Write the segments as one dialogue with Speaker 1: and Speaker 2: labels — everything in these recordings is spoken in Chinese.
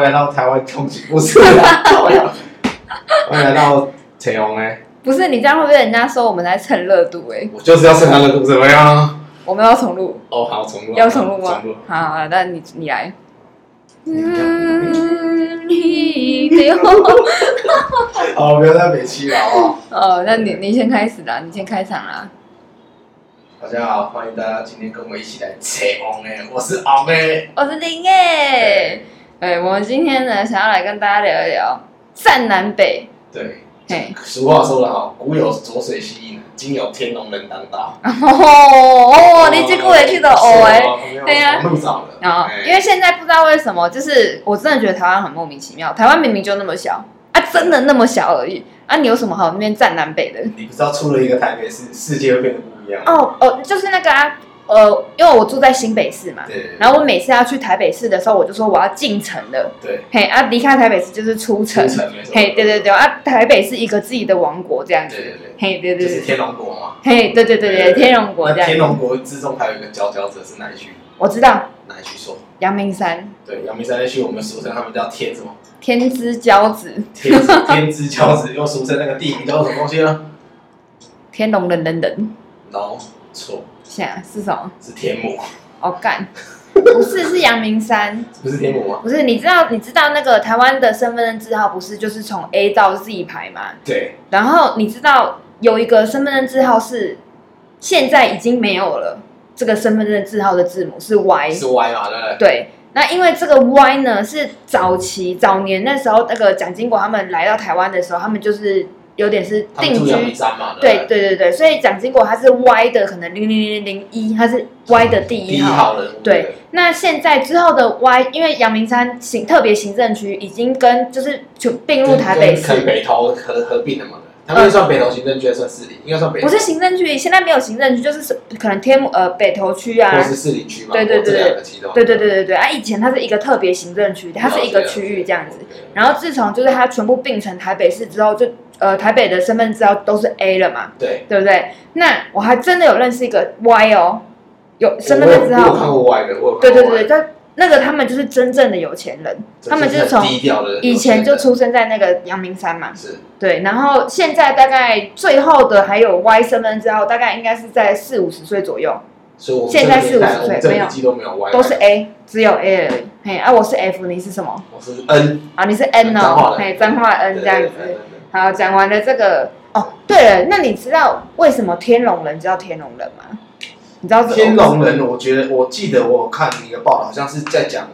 Speaker 1: 来到台湾冲击不是啊，靠呀欢迎来到陈红哎，
Speaker 2: 不是你这样会被人家说我们在蹭热度哎、
Speaker 1: 我就是要圣诞的故事，怎么样？
Speaker 2: 我们要重录，
Speaker 1: 哦，好，重录，
Speaker 2: 要重录吗
Speaker 1: 重录？。
Speaker 2: 好好，那你你来。
Speaker 1: 嗯
Speaker 2: 你丢。
Speaker 1: 好，不要再北七了哦。
Speaker 2: 哦，那你你先开始啦，你先开场啦。
Speaker 1: 大家好，欢迎大家今天跟我一起来陈红哎，我是红哎。
Speaker 2: 我是林哎，哎，我们今天呢，想要来跟大家聊一聊站南北。
Speaker 1: 对，
Speaker 2: 嘿，
Speaker 1: 俗话说得好，古有浊水溪呢，今有天龙人当道。
Speaker 2: 哦，你这个也去的哦哎。
Speaker 1: 哎
Speaker 2: 对啊
Speaker 1: 路找的。
Speaker 2: 然后
Speaker 1: 哎，
Speaker 2: 因为现在不知道为什么，就是我真的觉得台湾很莫名其妙。台湾明明就那么小啊，真的那么小而已啊，你有什么好那边站南北的？
Speaker 1: 你不知道出了一个台北市，世界会变得不一样。，
Speaker 2: 哦哦，就是那个啊，呃，因为我住在新北市嘛，
Speaker 1: 对。
Speaker 2: 然后我每次要去台北市的时候，我就说我要进城的，
Speaker 1: 对，
Speaker 2: 嘿啊，离开台北市就是出城，
Speaker 1: 出城没错。
Speaker 2: 嘿，对对对啊，台北是一个自己的王国这样子，
Speaker 1: 对对对，
Speaker 2: 嘿，对对
Speaker 1: 就是
Speaker 2: 对，
Speaker 1: 天龙国嘛。
Speaker 2: 嘿，对对对对，天龙国
Speaker 1: 那
Speaker 2: 这样
Speaker 1: 天
Speaker 2: 子，
Speaker 1: 龙国之中还有一个佼佼者是哪一区？
Speaker 2: 我知道
Speaker 1: 哪一区说？
Speaker 2: 阳明山
Speaker 1: 对，阳明山那区我们俗称他们叫天什 么？
Speaker 2: 天之骄子，
Speaker 1: 天之天之骄子，又俗称那个地名叫做什么东西呢？
Speaker 2: 天龙人人人，
Speaker 1: no，错，
Speaker 2: 现在是什么？
Speaker 1: 是天母，
Speaker 2: 哦干，不是是阳明山，
Speaker 1: 不是天母吗？
Speaker 2: 不是你知道你知道那个台湾的身份证字号不是就是从 A 到 Z 排吗？
Speaker 1: 对，
Speaker 2: 然后你知道有一个身份证字号是现在已经没有了，这个身份证字号的字母是 Y，
Speaker 1: 是 Y 嘛，对不对？
Speaker 2: 对。那因为这个 Y 呢是早期早年那时候那个蒋经国他们来到台湾的时候，他们就是有点是
Speaker 1: 他们
Speaker 2: 定
Speaker 1: 住阳明
Speaker 2: 居。
Speaker 1: 山嘛，
Speaker 2: 对
Speaker 1: 对不
Speaker 2: 对对对，所以蒋经国他是 Y 的，可能零零零零零一，他是 Y 的第
Speaker 1: 对？第
Speaker 2: 一
Speaker 1: 一
Speaker 2: 号。
Speaker 1: 号人物，
Speaker 2: 对，那现在之后的 Y，因为阳明山行特别行政区已经跟就是就并入
Speaker 1: 跟
Speaker 2: 台北市，
Speaker 1: 跟北投合合并了嘛，他们算北投行政区，还算市里，应该算北投，
Speaker 2: 不是行政区，现在没有行政区，就是可能天母呃北投区啊
Speaker 1: 或，是市里区嘛，
Speaker 2: 对对
Speaker 1: 或这
Speaker 2: 对
Speaker 1: 两个其中，
Speaker 2: 对对对对对啊，以前它是一个特别行政区，它
Speaker 1: 了解，
Speaker 2: 是一个区域这样子
Speaker 1: 了。解。
Speaker 2: 然后自从就是它全部并成台北市之后，就呃台北的身份资料都是 A 了嘛，
Speaker 1: 对，
Speaker 2: 对不对？那我还真的有认识一个 Y 哦，有身份
Speaker 1: 我有
Speaker 2: 证资
Speaker 1: 我有看
Speaker 2: 料，
Speaker 1: 过 Y 的，我有
Speaker 2: 对
Speaker 1: 看过
Speaker 2: 对
Speaker 1: Y
Speaker 2: 对对，
Speaker 1: 的，
Speaker 2: 但那个他们就是真正的有钱人，他们就是从
Speaker 1: 很低调的，
Speaker 2: 以前就出生在那个阳明山嘛，
Speaker 1: 是
Speaker 2: 对，然后现在大概最后的还有 Y 身份之后，大概应该是在四五十岁左右，
Speaker 1: 所以我们
Speaker 2: 现在
Speaker 1: 这个年代
Speaker 2: 45
Speaker 1: 我
Speaker 2: 岁
Speaker 1: 们这个
Speaker 2: 没有
Speaker 1: 年纪都没有 Y，
Speaker 2: 都是 A，只有 A 而已。嘿，啊，我是 F，你是什么？
Speaker 1: 我是 N
Speaker 2: 啊，你是 N
Speaker 1: 脏话
Speaker 2: 哦，
Speaker 1: 人
Speaker 2: 嘿，脏话 N
Speaker 1: 对
Speaker 2: 这样
Speaker 1: 对对对
Speaker 2: 子。
Speaker 1: 对
Speaker 2: 好，讲完了这个。哦，对了，那你知道为什么天龙人叫天龙人吗？你知道这
Speaker 1: 对天龙？人，我觉得我记得我有看一个报道，好像是在讲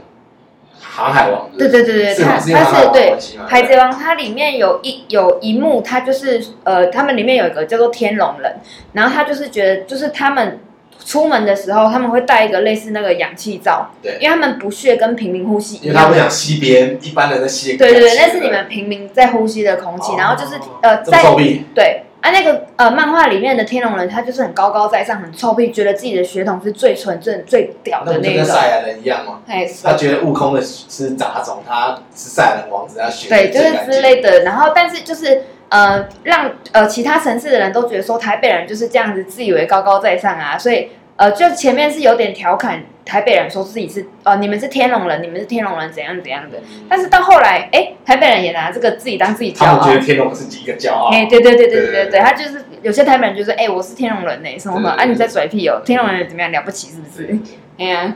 Speaker 1: 航海王，
Speaker 2: 对对对对，
Speaker 1: 是
Speaker 2: 他
Speaker 1: 吗？因为
Speaker 2: 他
Speaker 1: 航海
Speaker 2: 是
Speaker 1: 王的
Speaker 2: 对
Speaker 1: 关系
Speaker 2: 《
Speaker 1: 吗？
Speaker 2: 海贼王》，它里面有一有一幕，它就是呃，他们里面有一个叫做天龙人，然后他就是觉得，就是他们出门的时候，他们会带一个类似那个氧气罩，
Speaker 1: 对
Speaker 2: 因为他们不屑跟平民呼吸一
Speaker 1: 因为他
Speaker 2: 样
Speaker 1: 不
Speaker 2: 的。
Speaker 1: 想吸别人一般人的吸的空
Speaker 2: 对
Speaker 1: 气，
Speaker 2: 对对，那是你们平民在呼吸的空气，
Speaker 1: 哦
Speaker 2: 然后就是呃，
Speaker 1: 这么
Speaker 2: 在
Speaker 1: 臭屁，
Speaker 2: 对啊，那个呃，漫画里面的天龙人，他就是很高高在上，很臭屁，觉得自己的血统是最纯正、最屌
Speaker 1: 那
Speaker 2: 的
Speaker 1: 不就
Speaker 2: 那
Speaker 1: 跟
Speaker 2: 一种。
Speaker 1: 赛亚人一样吗？
Speaker 2: 哎，
Speaker 1: 他觉得悟空的是杂种，他是赛亚人王子，他学
Speaker 2: 对，
Speaker 1: 的
Speaker 2: 就
Speaker 1: 最
Speaker 2: 是
Speaker 1: 干
Speaker 2: 之
Speaker 1: 净。
Speaker 2: 类的。然后，但是就是呃，让呃其他城市的人都觉得说台北人就是这样子自以为高高在上啊，所以呃，就前面是有点调侃台北人说自己是呃你们是天龙人，你们是天龙人怎样怎样的。但是到后来，哎，台北人也拿这个自己当自己骄
Speaker 1: 嗯他们
Speaker 2: 傲
Speaker 1: 觉。得天龙是一个骄傲，
Speaker 2: 哎，对对对对
Speaker 1: 对
Speaker 2: 对对
Speaker 1: 对
Speaker 2: 对，他就是有些台北人就说，哎，我是天龙人呢、什么什么，
Speaker 1: 对对
Speaker 2: 啊，
Speaker 1: 对
Speaker 2: 你在甩屁哦，天龙人怎么样了不起是不是？
Speaker 1: 对
Speaker 2: 哎呀、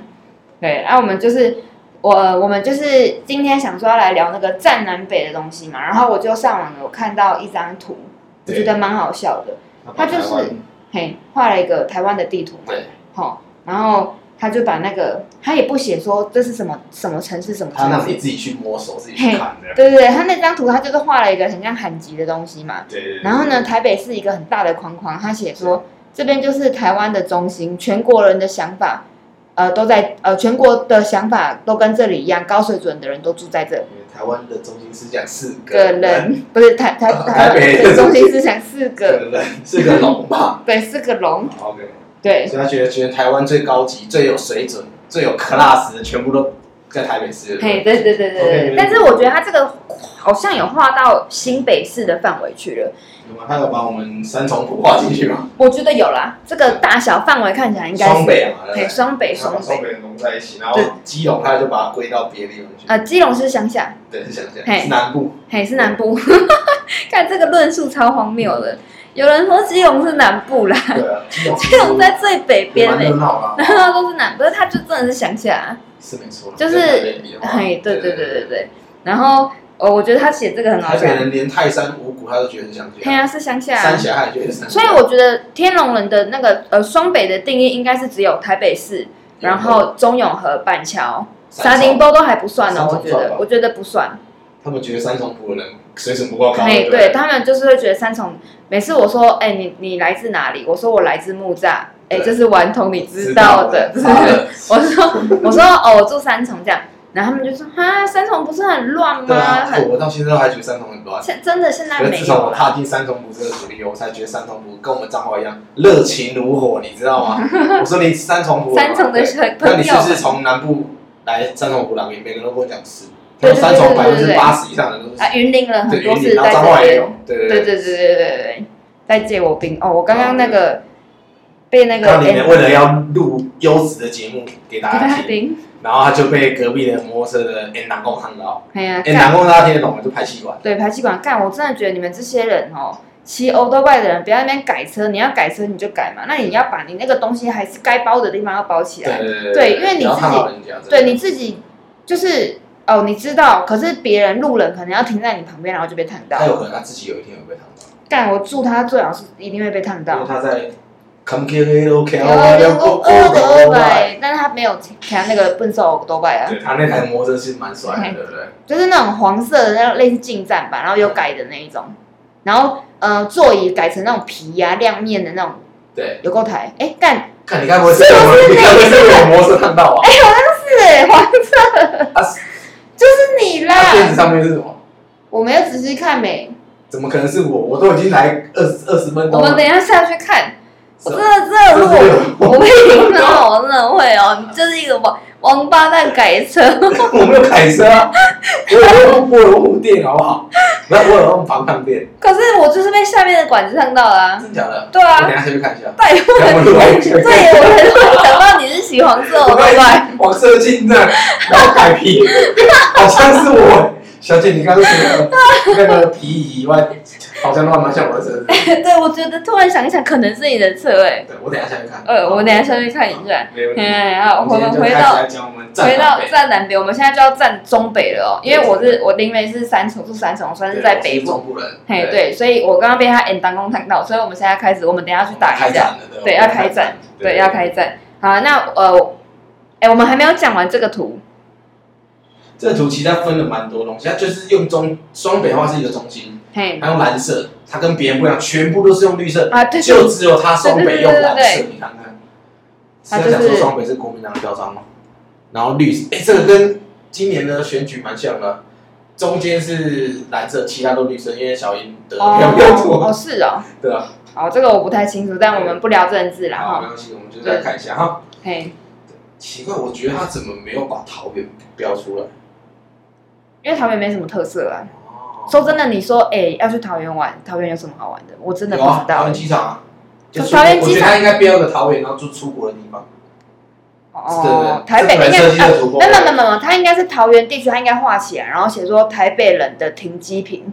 Speaker 2: 对，啊然、后我们就是我我们就是今天想说要来聊那个站南北的东西嘛，然后我就上网有看到一张图，我觉
Speaker 1: 对
Speaker 2: 得蛮好笑的，他就
Speaker 1: 台湾
Speaker 2: 是嘿画了一个台湾的地图嘛
Speaker 1: 对，
Speaker 2: 好，然后他就把那个他也不写说这是什么什么城市什么
Speaker 1: 他让
Speaker 2: 城
Speaker 1: 你
Speaker 2: 市，
Speaker 1: 自己去摸索，自己去看的。
Speaker 2: 对对对，他那张图他就是画了一个很像韩籍的东西嘛，
Speaker 1: 对对对。
Speaker 2: 然后呢，台北是一个很大的框框，他写说这边就是台湾的中心，全国人的想法，呃，都在呃，全国的想法都跟这里一样，高水准的人都住在这
Speaker 1: 因为台湾的中心思想是
Speaker 2: 个
Speaker 1: 人，啊
Speaker 2: 人，不是台台
Speaker 1: 台北
Speaker 2: 的中心思想四个，
Speaker 1: 个人是个 龙吧
Speaker 2: 对，四个龙，
Speaker 1: ？OK，
Speaker 2: 对
Speaker 1: 所以他觉得觉得台湾最高级、最有水准、最有 class 的，全部都在台北市。
Speaker 2: 嘿，对对对对
Speaker 1: OK，
Speaker 2: 对
Speaker 1: 没问题。
Speaker 2: 但是我觉得他这个好像有划到新北市的范围去了，
Speaker 1: 有吗？他有把我们三重谱画进去吗？
Speaker 2: 我觉得有啦。这个大小范围看起来应该是
Speaker 1: 双北啊，对
Speaker 2: 对，双北
Speaker 1: 他
Speaker 2: 双
Speaker 1: 把双
Speaker 2: 北。
Speaker 1: 北融在一起，然后
Speaker 2: 对
Speaker 1: 基隆他就把它归到别的地方去。
Speaker 2: 呃，基隆是乡下，
Speaker 1: 对，是想想
Speaker 2: 嘿
Speaker 1: 是 南部，
Speaker 2: 嘿是南部。看这个论述超荒谬的，有人说基隆是南部啦，
Speaker 1: 对啊，基隆
Speaker 2: 基隆在最北边
Speaker 1: 蛮热
Speaker 2: 嘞，
Speaker 1: 闹啦， 啊
Speaker 2: 然后都是南部，他就真的是乡下啊、
Speaker 1: 是没错啦，
Speaker 2: 就是
Speaker 1: 跟台北比的话
Speaker 2: 嘿，对对对对对。然后哦，我觉得他写这个很好
Speaker 1: 台北
Speaker 2: 笑，
Speaker 1: 人连泰山五谷他都觉得是乡
Speaker 2: 嘿
Speaker 1: 下，
Speaker 2: 啊，是乡下、
Speaker 1: 三
Speaker 2: 啊。
Speaker 1: 峡他也觉得是南部。
Speaker 2: 所以我觉得天龙人的那个呃双北的定义应该是只有台北市，然后中永和、板桥、沙
Speaker 1: 三重
Speaker 2: 丁波都还不算呢，
Speaker 1: 三重
Speaker 2: 我觉
Speaker 1: 算
Speaker 2: 得
Speaker 1: 吧
Speaker 2: 我觉得不算。
Speaker 1: 他们觉得三重埔的人水准不够高，
Speaker 2: 嘿，
Speaker 1: 不
Speaker 2: 对，他们就是会觉得三重。每次我说，哎、你你来自哪里？我说我来自木栅，哎、
Speaker 1: 对
Speaker 2: 这是顽童你知道的。
Speaker 1: 知道的
Speaker 2: 我说我说哦，我住三重这样，然后他们就说啊，三重不是很乱吗？
Speaker 1: 对啊，
Speaker 2: 很
Speaker 1: 我到现在都还觉得三重很乱。
Speaker 2: 现真的现在
Speaker 1: 可是
Speaker 2: 没
Speaker 1: 自从
Speaker 2: 有啊
Speaker 1: 我
Speaker 2: 了。
Speaker 1: 踏进三重埔这个土地，我才觉得三重埔跟我们彰化一样热情如火，你知道吗？我说你三重埔，啊
Speaker 2: 三重的小
Speaker 1: 那
Speaker 2: 朋
Speaker 1: 你是
Speaker 2: 友
Speaker 1: 不是从南部来三重湖那边？每个人都跟我讲是，
Speaker 2: 对对对
Speaker 1: 三重百分
Speaker 2: 对对
Speaker 1: 之
Speaker 2: 对
Speaker 1: 八十以上的人都是
Speaker 2: 啊，云林人
Speaker 1: 对
Speaker 2: 很多
Speaker 1: 云
Speaker 2: 是
Speaker 1: 林，然后
Speaker 2: 在
Speaker 1: 彰
Speaker 2: 这
Speaker 1: 化也有
Speaker 2: 边。，
Speaker 1: 对对
Speaker 2: 对对对对对对，在借我兵哦，我刚刚那个被那个
Speaker 1: 刚刚里面为了要录优质的节目给大家听，
Speaker 2: 兵，
Speaker 1: 然后他就被隔壁的摩托车的 N 南宫看到
Speaker 2: 哎呀，
Speaker 1: ，N
Speaker 2: 干
Speaker 1: 南宫大家听得懂吗？就排气管，
Speaker 2: 对排气管干，我真的觉得你们这些人哦，骑欧都拜的人，不要在那边改车，你要改车你就改嘛，那你要把你那个东西还是该包的地方要包起
Speaker 1: 对
Speaker 2: 来，
Speaker 1: 对
Speaker 2: 对因为你
Speaker 1: 不要
Speaker 2: 自己
Speaker 1: 看好人家，
Speaker 2: 对你自己就是哦，你知道，可是别人路人可能要停在你旁边，然后就被烫
Speaker 1: 他有
Speaker 2: 到。
Speaker 1: 可能他自己有一天也会被烫到，
Speaker 2: 干，我祝他最好是一定会被烫
Speaker 1: 因
Speaker 2: 到
Speaker 1: 为。他在 Come Kill o k
Speaker 2: 有
Speaker 1: o
Speaker 2: 有
Speaker 1: k
Speaker 2: 过二的二百，但是他没有看那个笨手多百啊，
Speaker 1: 对他那台摩托车是蛮帅的，对不对？
Speaker 2: 就是那种黄色的那种类似进站吧，然后有改的那一种，然后呃座椅改成那种皮呀、亮面的那种，
Speaker 1: 对，
Speaker 2: 有够台，哎干
Speaker 1: 看你该不会是被我，你该不会是被我摩托车看到吧？
Speaker 2: 是哎、黄
Speaker 1: 啊，
Speaker 2: 是你啦，
Speaker 1: 啊垫子上面是什么？
Speaker 2: 我没有仔细看没、
Speaker 1: 怎么可能是我？我都已经来二十二十分
Speaker 2: 我
Speaker 1: 钟
Speaker 2: 们
Speaker 1: 了
Speaker 2: 等。一下下去看，我
Speaker 1: 是
Speaker 2: 真
Speaker 1: 吧
Speaker 2: 的真的如
Speaker 1: 这是
Speaker 2: 果 我我被你看到，我真的会哦，你就是一个王王八蛋改车，
Speaker 1: 我没有凯车啊，我有用过龙湖店，好不好？那我有用防烫店，
Speaker 2: 可是我就是被下面的管子烫到啦、
Speaker 1: 真的假的？
Speaker 2: 对
Speaker 1: 我
Speaker 2: 啊
Speaker 1: 等，一下先去看一下。
Speaker 2: 拜托
Speaker 1: 我们录完一下
Speaker 2: 对，我才会想到你是喜黄色，我对吧？
Speaker 1: 黄色进站，然后改皮，好像是我。小姐，你刚刚除了那个皮以外，好像乱蛮像我的车子。
Speaker 2: 对，我觉得突然想一想，可能是你的车哎、
Speaker 1: 对，我等一下下去看。
Speaker 2: 呃，我们等一下下去看一下。
Speaker 1: 没问题。
Speaker 2: 嗯，好，
Speaker 1: 我
Speaker 2: 我
Speaker 1: 们
Speaker 2: 们
Speaker 1: 今
Speaker 2: 回
Speaker 1: 天就开始
Speaker 2: 到
Speaker 1: 来讲我们站
Speaker 2: 回到
Speaker 1: 台北
Speaker 2: 站南北，我们现在就要站中北了哦，因为我是我林梅是三重，住三重，算是在北
Speaker 1: 对我
Speaker 2: 部。
Speaker 1: 是中部人，
Speaker 2: 嘿，对，所以我刚刚被他 N 当工烫到，所以我们现在开始，我们等一下去打
Speaker 1: 开
Speaker 2: 一下，
Speaker 1: 战了，对
Speaker 2: 对要开战，对，要。开战。好，那呃，哎，我们还没有讲完这个图，
Speaker 1: 这个图其实它分了蛮多东西，它就是用中双北话是一个中心，
Speaker 2: 嘿，
Speaker 1: 它用蓝色，它跟别人不一样，全部都是用绿色，
Speaker 2: 啊，对，
Speaker 1: 就只有它双北用
Speaker 2: 对对对
Speaker 1: 蓝
Speaker 2: 对
Speaker 1: 色，你看看。是
Speaker 2: 它
Speaker 1: 要
Speaker 2: 就是
Speaker 1: 讲说双北是国民党的标章吗？然后绿，哎，这个跟今年的选举蛮像的，啊中间是蓝色，其他都绿色，因为小英得
Speaker 2: 哦
Speaker 1: 票比较多，
Speaker 2: 哦，是哦，
Speaker 1: 对啊。
Speaker 2: 好，这个我不太清楚，但我们不聊政治啦
Speaker 1: 好，没
Speaker 2: 哈，
Speaker 1: 关系，我们就再看一下哈。
Speaker 2: 嘿，
Speaker 1: 奇怪，我觉得他怎么没有把桃园标出来？
Speaker 2: 因为桃园没什么特色啊。
Speaker 1: 哦
Speaker 2: 说真的，你说哎、要去桃园玩，桃园有什么好玩的？我真的不
Speaker 1: 有啊
Speaker 2: 知，道
Speaker 1: 桃。园机场啊，就出
Speaker 2: 桃园
Speaker 1: 我
Speaker 2: 机
Speaker 1: 觉得
Speaker 2: 场
Speaker 1: 他应该标个桃园，然后就出国的地方，对不
Speaker 2: 哦
Speaker 1: 对？，
Speaker 2: 台北
Speaker 1: 这本
Speaker 2: 应该
Speaker 1: 来设计
Speaker 2: 啊，
Speaker 1: 的图
Speaker 2: 没有没有没有，它应该是桃园地区，它应该画起来，然后写说台北人的停机坪。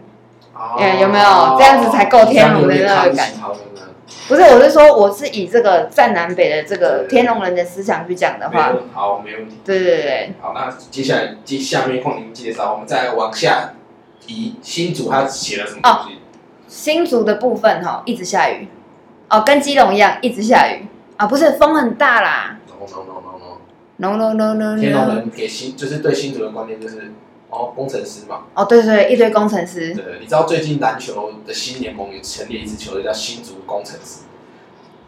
Speaker 1: 啊
Speaker 2: 哎有没有这样子才够天龙的那个感
Speaker 1: 觉。桃园的
Speaker 2: 不是，我是说，我是以这个站南北的这
Speaker 1: 对
Speaker 2: 个
Speaker 1: 对对
Speaker 2: 天龙人的思想去讲的
Speaker 1: 没
Speaker 2: 话，
Speaker 1: 问好，没问题。
Speaker 2: 对对对对，
Speaker 1: 好，那接下来接下面换您介绍，我们再往下移新竹他写了什么东西？
Speaker 2: 新竹的部分哈、一直下雨，哦，跟基隆一样一直下雨啊，不是风很大啦
Speaker 1: no no no no
Speaker 2: ，no no no no
Speaker 1: no，天龙
Speaker 2: no，
Speaker 1: 人给新就是对新竹的观念就是哦工程师嘛，
Speaker 2: 哦，对对对，一堆工程师，
Speaker 1: 对，你知道最近篮球的新联盟有成立一支球队叫新竹工程师，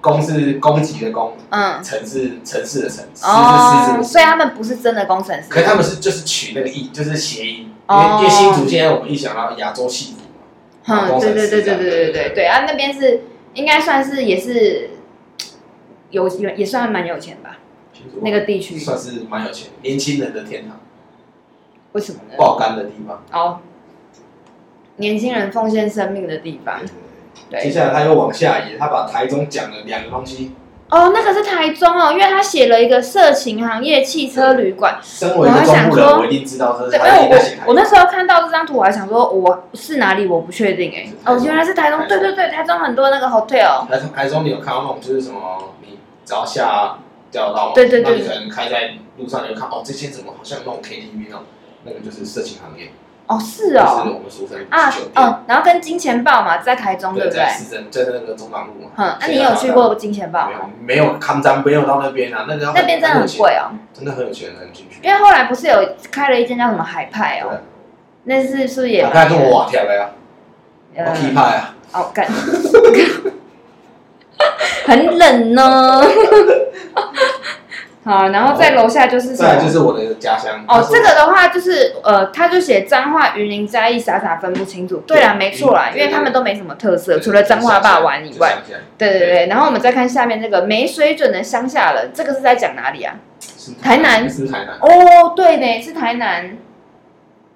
Speaker 1: 工是攻击的攻，
Speaker 2: 嗯，
Speaker 1: 城是城市的城，狮是狮子
Speaker 2: 哦，
Speaker 1: 的
Speaker 2: 所以
Speaker 1: 狮。
Speaker 2: 他们不是真的工程师，
Speaker 1: 可是他们是就是取那个意，就是谐音，因为
Speaker 2: 哦
Speaker 1: 因为新竹现在我们一想到亚洲戏骨嘛，
Speaker 2: 嗯，对对对对对对对对啊，那边是应该算是也是有也算蛮有钱吧，
Speaker 1: 新竹
Speaker 2: 那个地区。
Speaker 1: 算是蛮有钱，年轻人的天堂。
Speaker 2: 为什么呢？
Speaker 1: 爆肝的地方。
Speaker 2: 哦，年轻人奉献生命的地方
Speaker 1: 对，对对
Speaker 2: 对。
Speaker 1: 接下来他又往下移，他把台中讲了两个东西。
Speaker 2: 哦，那个是台中哦，因为他写了一个色情行业汽车旅馆。
Speaker 1: 身为一个中部人，我一定知道这是
Speaker 2: 对，因
Speaker 1: 台
Speaker 2: 为
Speaker 1: 中在写台
Speaker 2: 我我
Speaker 1: 中。
Speaker 2: 那时候看到这张图，我还想说我是哪里，我不确定哎
Speaker 1: 是。台
Speaker 2: 哦，
Speaker 1: 中
Speaker 2: 原来是台中，
Speaker 1: 台
Speaker 2: 对
Speaker 1: 中
Speaker 2: 对对，台中很多那个 hotel。
Speaker 1: 台中台中你有看到那种就是什么，你只要下掉到，
Speaker 2: 对对
Speaker 1: 然后你
Speaker 2: 对
Speaker 1: 可能开在路上你就看，哦，这些怎么好像那种 KTV 那种，那个就是色情行业，
Speaker 2: 哦，是
Speaker 1: 就
Speaker 2: 哦，
Speaker 1: 是我们俗称
Speaker 2: 啊
Speaker 1: 酒，店。
Speaker 2: 哦，然后跟金钱豹嘛，在台中对不对
Speaker 1: 在？市政，在那个中港路嘛。
Speaker 2: 嗯，那你有去过金钱豹
Speaker 1: 没
Speaker 2: 吗？
Speaker 1: 有，没有康张，没有到那边啊，那个要
Speaker 2: 那边真的很贵哦，
Speaker 1: 真的很有钱的人进去。
Speaker 2: 因为后来不是有开了一间叫什么海派哦，那是是不是也
Speaker 1: 我看这么瓦条了呀，我
Speaker 2: 呃
Speaker 1: T 派啊，
Speaker 2: 哦，干， 很冷呢。 好，然后在楼下就是什
Speaker 1: 再来就
Speaker 2: 么？
Speaker 1: 是我的家乡。
Speaker 2: 哦，这个的话就是呃，他就写彰化、云林、嘉义，傻傻分不清楚。对啦，啊没错啦，因为他们都没什么特色，除了彰化霸王以外。，对对对，然后我们再看下面这个没水准的乡下人，这个是在讲哪里啊？
Speaker 1: 是台南，
Speaker 2: 哦，对呢，是台南，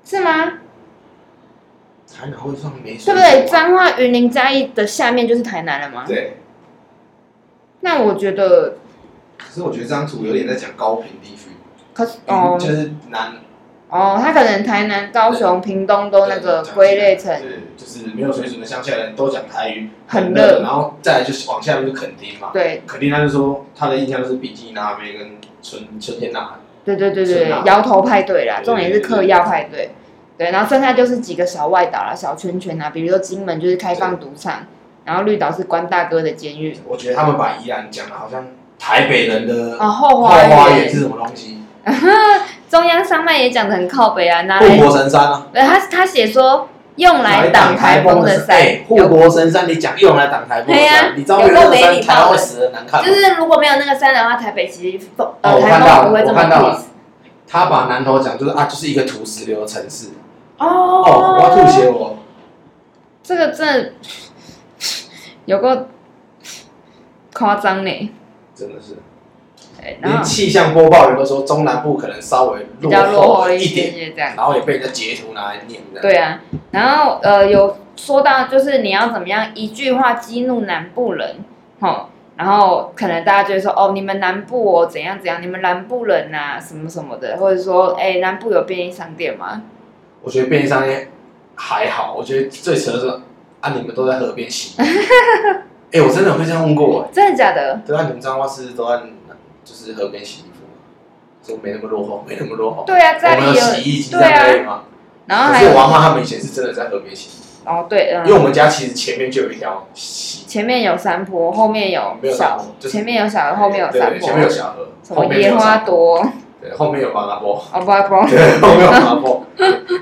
Speaker 2: 是吗？
Speaker 1: 台南会放没
Speaker 2: 对
Speaker 1: 水，
Speaker 2: 不对？彰化、云林、嘉义的下面就是台南了吗？
Speaker 1: 对，
Speaker 2: 那我觉得，
Speaker 1: 可是我觉得这张图有点在讲高平地区，
Speaker 2: 可是哦
Speaker 1: 就是南
Speaker 2: 哦，他可能台南、高雄、屏东都那个归类成，
Speaker 1: 就是没有水准的乡下人都讲台语，
Speaker 2: 很
Speaker 1: 热，
Speaker 2: 热，
Speaker 1: 然后再来就是往下面就垦丁嘛，
Speaker 2: 对
Speaker 1: 肯定他就说他的印象就是比基尼辣妹跟春春天辣，
Speaker 2: 对对对
Speaker 1: 是
Speaker 2: 对
Speaker 1: 吗，
Speaker 2: 摇头派对啦，
Speaker 1: 对
Speaker 2: 重点是嗑药派对。对，然后剩下就是几个小外岛啦、小圈圈啦，比如说金门就是开放赌场，然后绿岛是关大哥的监狱，
Speaker 1: 我觉得他们把宜兰讲的好像台北人的
Speaker 2: 哦，后
Speaker 1: 后
Speaker 2: 花
Speaker 1: 花园
Speaker 2: 园
Speaker 1: 是什么东西？
Speaker 2: 中央山脉也讲的很靠北啊，拿来
Speaker 1: 护国神山啊，
Speaker 2: 对，呃他他写说用来挡台风的
Speaker 1: 山，
Speaker 2: 伞
Speaker 1: 哎，护国神山你讲用来挡台风的
Speaker 2: 对
Speaker 1: 山
Speaker 2: 啊，
Speaker 1: 你知道那
Speaker 2: 有够
Speaker 1: 个
Speaker 2: 没
Speaker 1: 山
Speaker 2: 礼貌
Speaker 1: 台湾会
Speaker 2: 的
Speaker 1: 死的难看吗
Speaker 2: 就？是如果没有那个山的话，台北其实风呃
Speaker 1: 啊哦我
Speaker 2: 台
Speaker 1: 看到
Speaker 2: 风不会
Speaker 1: 了
Speaker 2: 这
Speaker 1: 我
Speaker 2: 么
Speaker 1: 看到
Speaker 2: peace
Speaker 1: 了他把南投讲就是啊，就是一个土石流的城市。
Speaker 2: 哦
Speaker 1: 哦，我要吐血我。
Speaker 2: 这个真的有够夸张呢。
Speaker 1: 真的是，
Speaker 2: 对然
Speaker 1: 连
Speaker 2: 后
Speaker 1: 气象播报人都说中南部可能稍微
Speaker 2: 比较落后
Speaker 1: 后
Speaker 2: 一
Speaker 1: 一
Speaker 2: 些
Speaker 1: 点，
Speaker 2: 些这样。
Speaker 1: 然后也被人家截图拿来念的。
Speaker 2: 对啊，然后呃有说到就是你要怎么样一句话激怒南部人，吼，然后可能大家就会说哦你们南部哦怎样怎样，你们南部人呐、什么什么的，或者说哎南部有便利商店吗？
Speaker 1: 我觉得便利商店还好，我觉得最扯的是啊，你们都在河边洗。哎、我真的有被这样问过哎、
Speaker 2: 真的假的？
Speaker 1: 对啊，你们彰化是都在就是河边洗衣服吗？就没那么落后，没那么落后。
Speaker 2: 对啊，
Speaker 1: 我
Speaker 2: 家
Speaker 1: 们有
Speaker 2: 里有，
Speaker 1: 洗衣机
Speaker 2: 对啊
Speaker 1: 在可以吗？
Speaker 2: 然后
Speaker 1: 可
Speaker 2: 还
Speaker 1: 是
Speaker 2: 有
Speaker 1: 我阿妈他们以前是真的在河边洗，
Speaker 2: 哦对，
Speaker 1: 因为我
Speaker 2: 嗯，
Speaker 1: 们家其实前面就有一条溪，
Speaker 2: 前面有山坡，后面有
Speaker 1: 没有
Speaker 2: 小
Speaker 1: 山坡，就是
Speaker 2: 前面有小河，后面有
Speaker 1: 对
Speaker 2: 山
Speaker 1: 对前面有
Speaker 2: 坡，
Speaker 1: 小河，
Speaker 2: 什
Speaker 1: 后
Speaker 2: 么
Speaker 1: 面没
Speaker 2: 野
Speaker 1: 有
Speaker 2: 花
Speaker 1: 山坡，
Speaker 2: 朵，
Speaker 1: 对，后面有巴拉波。
Speaker 2: 哦不不，
Speaker 1: 对， 我没有爬 过。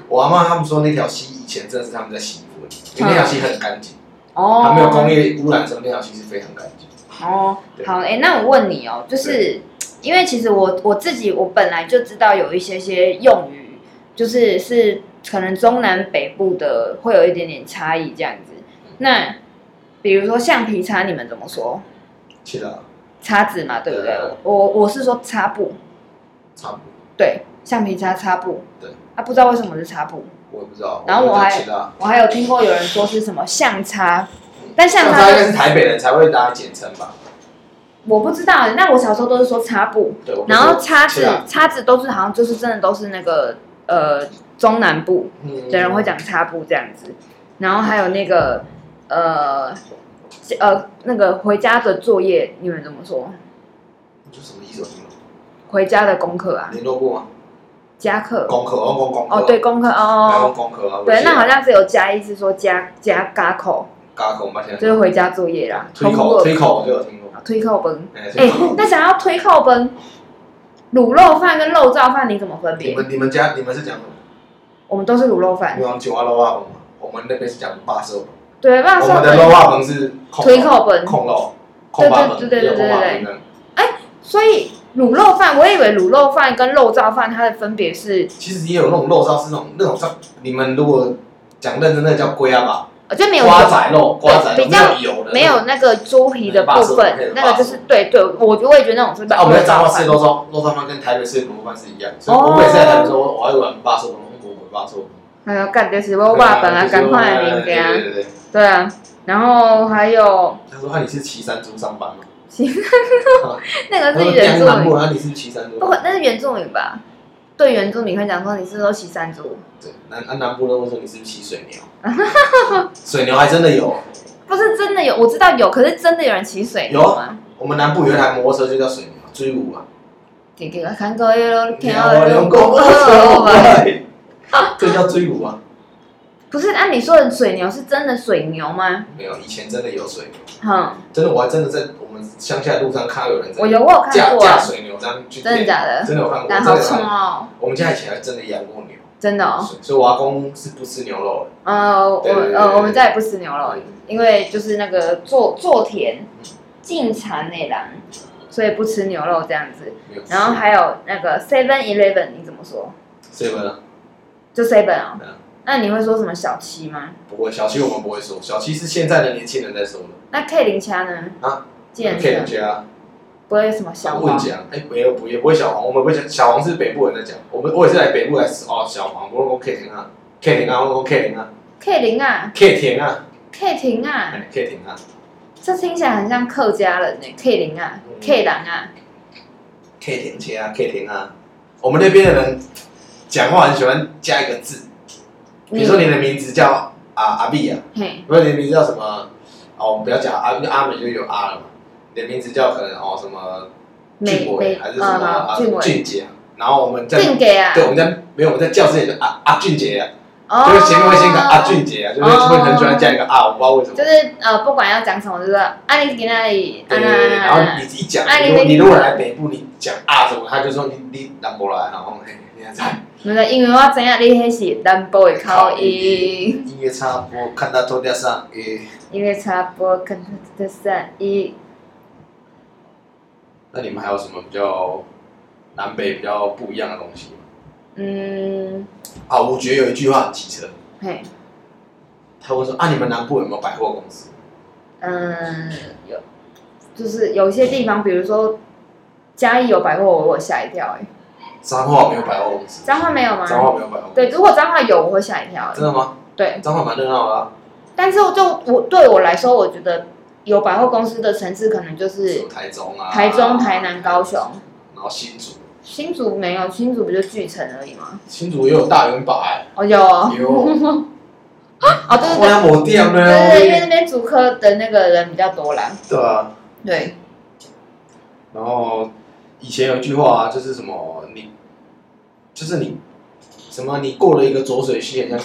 Speaker 1: 我阿妈他们说那条溪以前真的是他们在洗衣服的，因为那条溪很干净，
Speaker 2: 哦，
Speaker 1: 它没有工业污染的时候，那条溪是非常干净。
Speaker 2: 哦，
Speaker 1: 对
Speaker 2: 好，哎、那我问你哦，就是因为其实我我自己我本来就知道有一些些用语，就是是可能中南北部的会有一点点差异这样子。那比如说橡皮擦，你们怎么说？
Speaker 1: 去了，
Speaker 2: 擦子嘛，对不对
Speaker 1: 对啊？
Speaker 2: 我我是说擦布，
Speaker 1: 差不多，
Speaker 2: 对，橡皮擦擦布。
Speaker 1: 对。
Speaker 2: 啊，不知道为什么是擦布，
Speaker 1: 我也不知道。
Speaker 2: 然后我还
Speaker 1: 去了，
Speaker 2: 我还有听过有人说是什么橡擦，但橡
Speaker 1: 像
Speaker 2: 擦
Speaker 1: 他应该是台北人才会拿来简称吧？
Speaker 2: 我不知道。那我小时候都是说擦布，
Speaker 1: 对，我不知
Speaker 2: 然
Speaker 1: 道
Speaker 2: 后叉子
Speaker 1: 是啊
Speaker 2: 叉子都是好像就是真的都是那个呃中南部
Speaker 1: 嗯
Speaker 2: 的人会讲叉布这样子，然后还有那个呃呃那个回家的作业你们怎么说？
Speaker 1: 就什么意思？我听不懂
Speaker 2: 回家的功课啊，
Speaker 1: 联络部吗？
Speaker 2: 加课
Speaker 1: 功课，哦，功功课，
Speaker 2: 哦，对，功课
Speaker 1: 还有
Speaker 2: 哦哦，
Speaker 1: 功课啊。
Speaker 2: 对，那好像只有加一是说加加嘎口，
Speaker 1: 嘎口，我们现在
Speaker 2: 就是回家作业啦，
Speaker 1: 推
Speaker 2: 通
Speaker 1: 口
Speaker 2: 过
Speaker 1: 推口我就有听过，
Speaker 2: 推扣崩，
Speaker 1: 哎，
Speaker 2: 哎
Speaker 1: 推口，
Speaker 2: 那想要推扣崩，卤肉饭跟肉燥饭你怎么分
Speaker 1: 你
Speaker 2: 别？
Speaker 1: 们你们家你们是讲什么？
Speaker 2: 我们都是卤肉饭
Speaker 1: 你，们九阿罗啊，我们我们那边是讲八十
Speaker 2: 对，那
Speaker 1: 我
Speaker 2: 说
Speaker 1: 们的 low up 是控
Speaker 2: 推扣本，
Speaker 1: 控肉，控八本，
Speaker 2: 对对对对对对
Speaker 1: 对。
Speaker 2: 所以卤肉饭，我以为卤肉饭跟肉燥饭它的分别是
Speaker 1: 其实也有那种肉燥是那种那种像你们如果讲认真的叫龟啊吧，
Speaker 2: 呃就没有
Speaker 1: 瓜仔肉，瓜仔肉
Speaker 2: 比较
Speaker 1: 没有油的，
Speaker 2: 没有那个猪皮的部分，
Speaker 1: 那
Speaker 2: 那
Speaker 1: 个
Speaker 2: 个
Speaker 1: 巴
Speaker 2: 就
Speaker 1: 斯
Speaker 2: 是对对，我就会觉得那种是
Speaker 1: 啊，我们在彰化吃肉燥肉燥饭跟台北吃的卤肉饭是一样，所以
Speaker 2: 哦
Speaker 1: 我每次在台北说，我还会玩霸寿，我们我们霸寿。
Speaker 2: 还有哎干就是我爸本来赶快的物
Speaker 1: 对对
Speaker 2: 件，
Speaker 1: 对对对。
Speaker 2: 对啊，然后还有
Speaker 1: 他说：“啊，你是骑山猪上班吗
Speaker 2: 那？”个
Speaker 1: 他说：“
Speaker 2: 是
Speaker 1: 江
Speaker 2: 原住
Speaker 1: 南
Speaker 2: 民
Speaker 1: 部，，啊，你是不是骑山猪
Speaker 2: 不？”会，那是原住民吧？对原住民会讲说你是不是都骑山猪？
Speaker 1: 对，南啊南部都会说你是不是骑水牛？水牛还 真的有，
Speaker 2: 不是真的有，我知道有，可是真的有人骑水牛
Speaker 1: 有
Speaker 2: 吗？
Speaker 1: 我们南部有一台摩托车就叫水牛，追舞啊。
Speaker 2: 弟弟啊，看过哟，听
Speaker 1: 啊我用哦公共车
Speaker 2: 过
Speaker 1: 位，这叫追舞啊！
Speaker 2: 不是，按你说的水牛是真的水牛吗？
Speaker 1: 没有，以前真的有水牛，
Speaker 2: 哼，
Speaker 1: 真的我还真的在我们乡下路上看到有人在
Speaker 2: 我有我有看
Speaker 1: 架
Speaker 2: 过
Speaker 1: 架
Speaker 2: 啊，
Speaker 1: 水牛这样去
Speaker 2: 真的
Speaker 1: 练，
Speaker 2: 假的？
Speaker 1: 真的有看过，
Speaker 2: 然
Speaker 1: 真的
Speaker 2: 后
Speaker 1: 有看
Speaker 2: 冲
Speaker 1: 过。
Speaker 2: 哦，
Speaker 1: 我们家以前还真的养过牛，
Speaker 2: 真的哦，
Speaker 1: 所以所以我阿公是不吃牛肉
Speaker 2: 呃，我
Speaker 1: 对对对
Speaker 2: 呃，我们家也不吃牛
Speaker 1: 的
Speaker 2: 肉，，因为就是那个做做田进产内栏，所以不吃牛肉这样子。
Speaker 1: 没有吃。
Speaker 2: 然后还有那个 Seven Eleven，你怎么说？
Speaker 1: 所以呢，
Speaker 2: 就 Seven 哦
Speaker 1: 嗯。
Speaker 2: 那你会说什么小七吗？
Speaker 1: 不会小七我们不会说，小七是现在的年轻人在说的。
Speaker 2: 那 K 零掐呢？
Speaker 1: 啊，
Speaker 2: 健
Speaker 1: K 人
Speaker 2: 身
Speaker 1: 家
Speaker 2: 不会什么小
Speaker 1: 问
Speaker 2: 黄，
Speaker 1: 讲，哎，没有不也不会小黄，我们不会讲小黄是北部人在讲，我们我也是来北部来吃哦，小黄我说 K 田啊，K 田啊，我说 K 田啊
Speaker 2: K 零啊
Speaker 1: ，K 田啊
Speaker 2: ，K 停啊，
Speaker 1: 哎，K 田啊，
Speaker 2: 这听起来很像客家人呢。K 零啊
Speaker 1: 嗯
Speaker 2: ，K 郎啊，
Speaker 1: K 田切啊，K 田啊，我们那边的人讲话很喜欢加一个字，比如说你的名字叫啊阿碧啊，
Speaker 2: 嘿，
Speaker 1: 不是你的名字叫什么？哦，我们不要讲阿阿美就有阿了嘛。你的名字叫可能哦什么
Speaker 2: 美
Speaker 1: 俊
Speaker 2: 美
Speaker 1: 伟还是什么
Speaker 2: 啊
Speaker 1: 啊
Speaker 2: 俊伟
Speaker 1: 俊杰啊？然后我们在
Speaker 2: 定给啊，
Speaker 1: 对我们在没有我们在教室里就阿阿俊杰啊，
Speaker 2: 哦
Speaker 1: 就是前面会先个阿，俊杰啊，就是会很喜欢加一个啊，我不知道为什
Speaker 2: 就
Speaker 1: 么。
Speaker 2: 是呃，不管要讲什么，就是啊，你给那里，啊
Speaker 1: 对
Speaker 2: 那
Speaker 1: 对对，然后
Speaker 2: 那
Speaker 1: 你一讲
Speaker 2: 啊，
Speaker 1: 你如果
Speaker 2: 你
Speaker 1: 你如果来北部，你讲啊什么，他就说你你南博来，然后嘿，你看这样
Speaker 2: 那，那因为我知影你迄是嗯南部的口音，
Speaker 1: 音乐差不多，看他头顶上诶，
Speaker 2: 因为差不多跟他的善意，
Speaker 1: 那你们还有什么比较南北比较不一样的东西吗？
Speaker 2: 嗯，
Speaker 1: 啊，我觉得有一句话很机车，
Speaker 2: 嘿，
Speaker 1: 他会说啊，你们南部有没有百货公司？
Speaker 2: 嗯，有，就是有些地方，比如说嘉义有百货，我我吓一跳，哎，
Speaker 1: 彰化没有百货公司，
Speaker 2: 彰化没有吗？
Speaker 1: 彰化没有百货公司，
Speaker 2: 对，如果彰化有，我会吓一跳，
Speaker 1: 真
Speaker 2: 哎
Speaker 1: 的吗？
Speaker 2: 对，
Speaker 1: 彰化蛮热闹的啊，
Speaker 2: 但是我就我对我来说，我觉得有百货公司的城市可能就
Speaker 1: 有
Speaker 2: 是
Speaker 1: 台中啊，
Speaker 2: 台中、台南、高雄，，
Speaker 1: 然后新竹，
Speaker 2: 新竹没有，新竹不就巨城而已吗？
Speaker 1: 新竹也有大圆柏哎，
Speaker 2: 哦，有哦，
Speaker 1: 有，我
Speaker 2: 哦对对对
Speaker 1: 要抹掉
Speaker 2: 对对对，因为那
Speaker 1: 呢，
Speaker 2: 边竹科的那个人比较多啦。
Speaker 1: 对啊，
Speaker 2: 对，
Speaker 1: 然后以前有一句话啊，就是什么你，就是你，什么你过了一个浊水溪，很像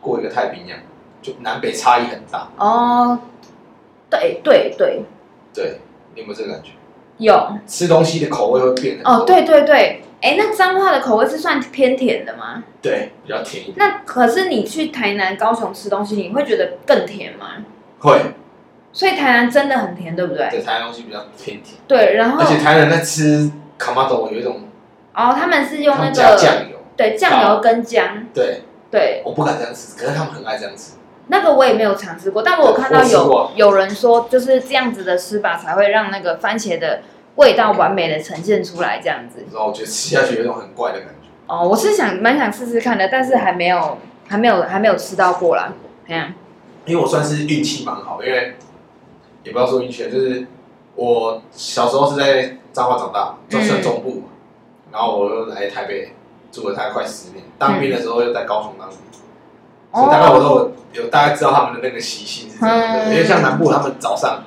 Speaker 1: 过一个太平洋，就南北差异很大，
Speaker 2: 哦，对对对，
Speaker 1: 对，你有没有这个感觉？
Speaker 2: 有
Speaker 1: 吃东西的口味会变得
Speaker 2: 哦，对对对，哎，那彰化的口味是算偏甜的吗？
Speaker 1: 对，比较甜一点，
Speaker 2: 那可是你去台南、高雄吃东西，你会觉得更甜吗？
Speaker 1: 会。
Speaker 2: 所以台南真的很甜，对不对？
Speaker 1: 对，台湾东西比较偏甜，
Speaker 2: 对，然后
Speaker 1: 而且台南在吃卡玛豆有一种，
Speaker 2: 哦，他们是用
Speaker 1: 他
Speaker 2: 那
Speaker 1: 们加
Speaker 2: 个
Speaker 1: 酱油，
Speaker 2: 对，酱油跟姜，
Speaker 1: 对，
Speaker 2: 对，
Speaker 1: 我不敢这样吃，可是他们很爱这样吃，
Speaker 2: 那个我也没有尝试过，但我有看到
Speaker 1: 我吃过
Speaker 2: 有有人说，就是这样子的吃法才会让那个番茄的味道完美的呈现出来，这样子。
Speaker 1: 然后我觉得吃下去有一种很怪的感觉。
Speaker 2: 哦，我是想蛮想试试看的，但是还没有还没有还没有吃到过啦。哎呀、
Speaker 1: 因为我算是运气蛮好，因为也不要说运气，就是我小时候是在彰化长大，
Speaker 2: 嗯
Speaker 1: 就算中部嘛，然后我又来台北住了大概快十年，当兵的时候又在高雄当兵。
Speaker 2: 哦
Speaker 1: 所以大概我都有有大概知道他们的那个习性是怎样的，
Speaker 2: 嗯
Speaker 1: 因为像南部他们早上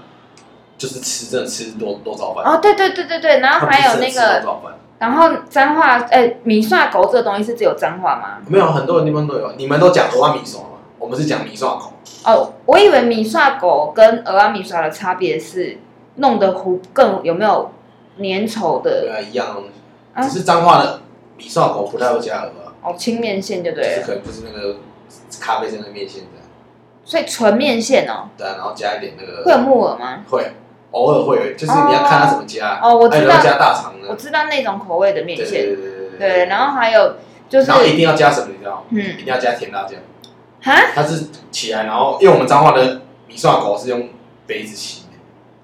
Speaker 1: 就是吃真的吃多多早饭，
Speaker 2: 哦，对对对对对，然
Speaker 1: 他
Speaker 2: 后
Speaker 1: 们
Speaker 2: 还有
Speaker 1: 不
Speaker 2: 那
Speaker 1: 是只吃肉
Speaker 2: 个，
Speaker 1: 燥饭
Speaker 2: 然后脏话，哎，米蒜狗这个东西是只有脏话吗？
Speaker 1: 没有很多地方都有，你们都讲鹅啊米刷嘛，我们是讲米刷口，
Speaker 2: 哦，我以为米刷狗跟俄阿米刷的差别是弄得糊更有没有粘稠
Speaker 1: 对
Speaker 2: 的
Speaker 1: 啊，一样的东西，
Speaker 2: 啊
Speaker 1: 只是彰化的米刷口不太会加鹅啊，
Speaker 2: 哦清面线就
Speaker 1: 就
Speaker 2: 对
Speaker 1: 是
Speaker 2: 了，
Speaker 1: 可能不是那个咖啡色的面线这样，
Speaker 2: 所以纯面线哦
Speaker 1: 对啊，然后加一点那个
Speaker 2: 会有木耳吗？
Speaker 1: 会偶尔会有，就是你要看他怎么加，
Speaker 2: 哦，我
Speaker 1: 呃还有
Speaker 2: 知
Speaker 1: 人
Speaker 2: 道
Speaker 1: 会，加大肠
Speaker 2: 我
Speaker 1: 的，
Speaker 2: 知道那种口味的面
Speaker 1: 对
Speaker 2: 线，
Speaker 1: 对对对
Speaker 2: 对，然后还有就是
Speaker 1: 然后一定要加什么你知道吗？
Speaker 2: 嗯
Speaker 1: 一定要加甜辣酱，
Speaker 2: 哈，
Speaker 1: 它是起来，然后因为我们彰化的米刷狗是用杯子洗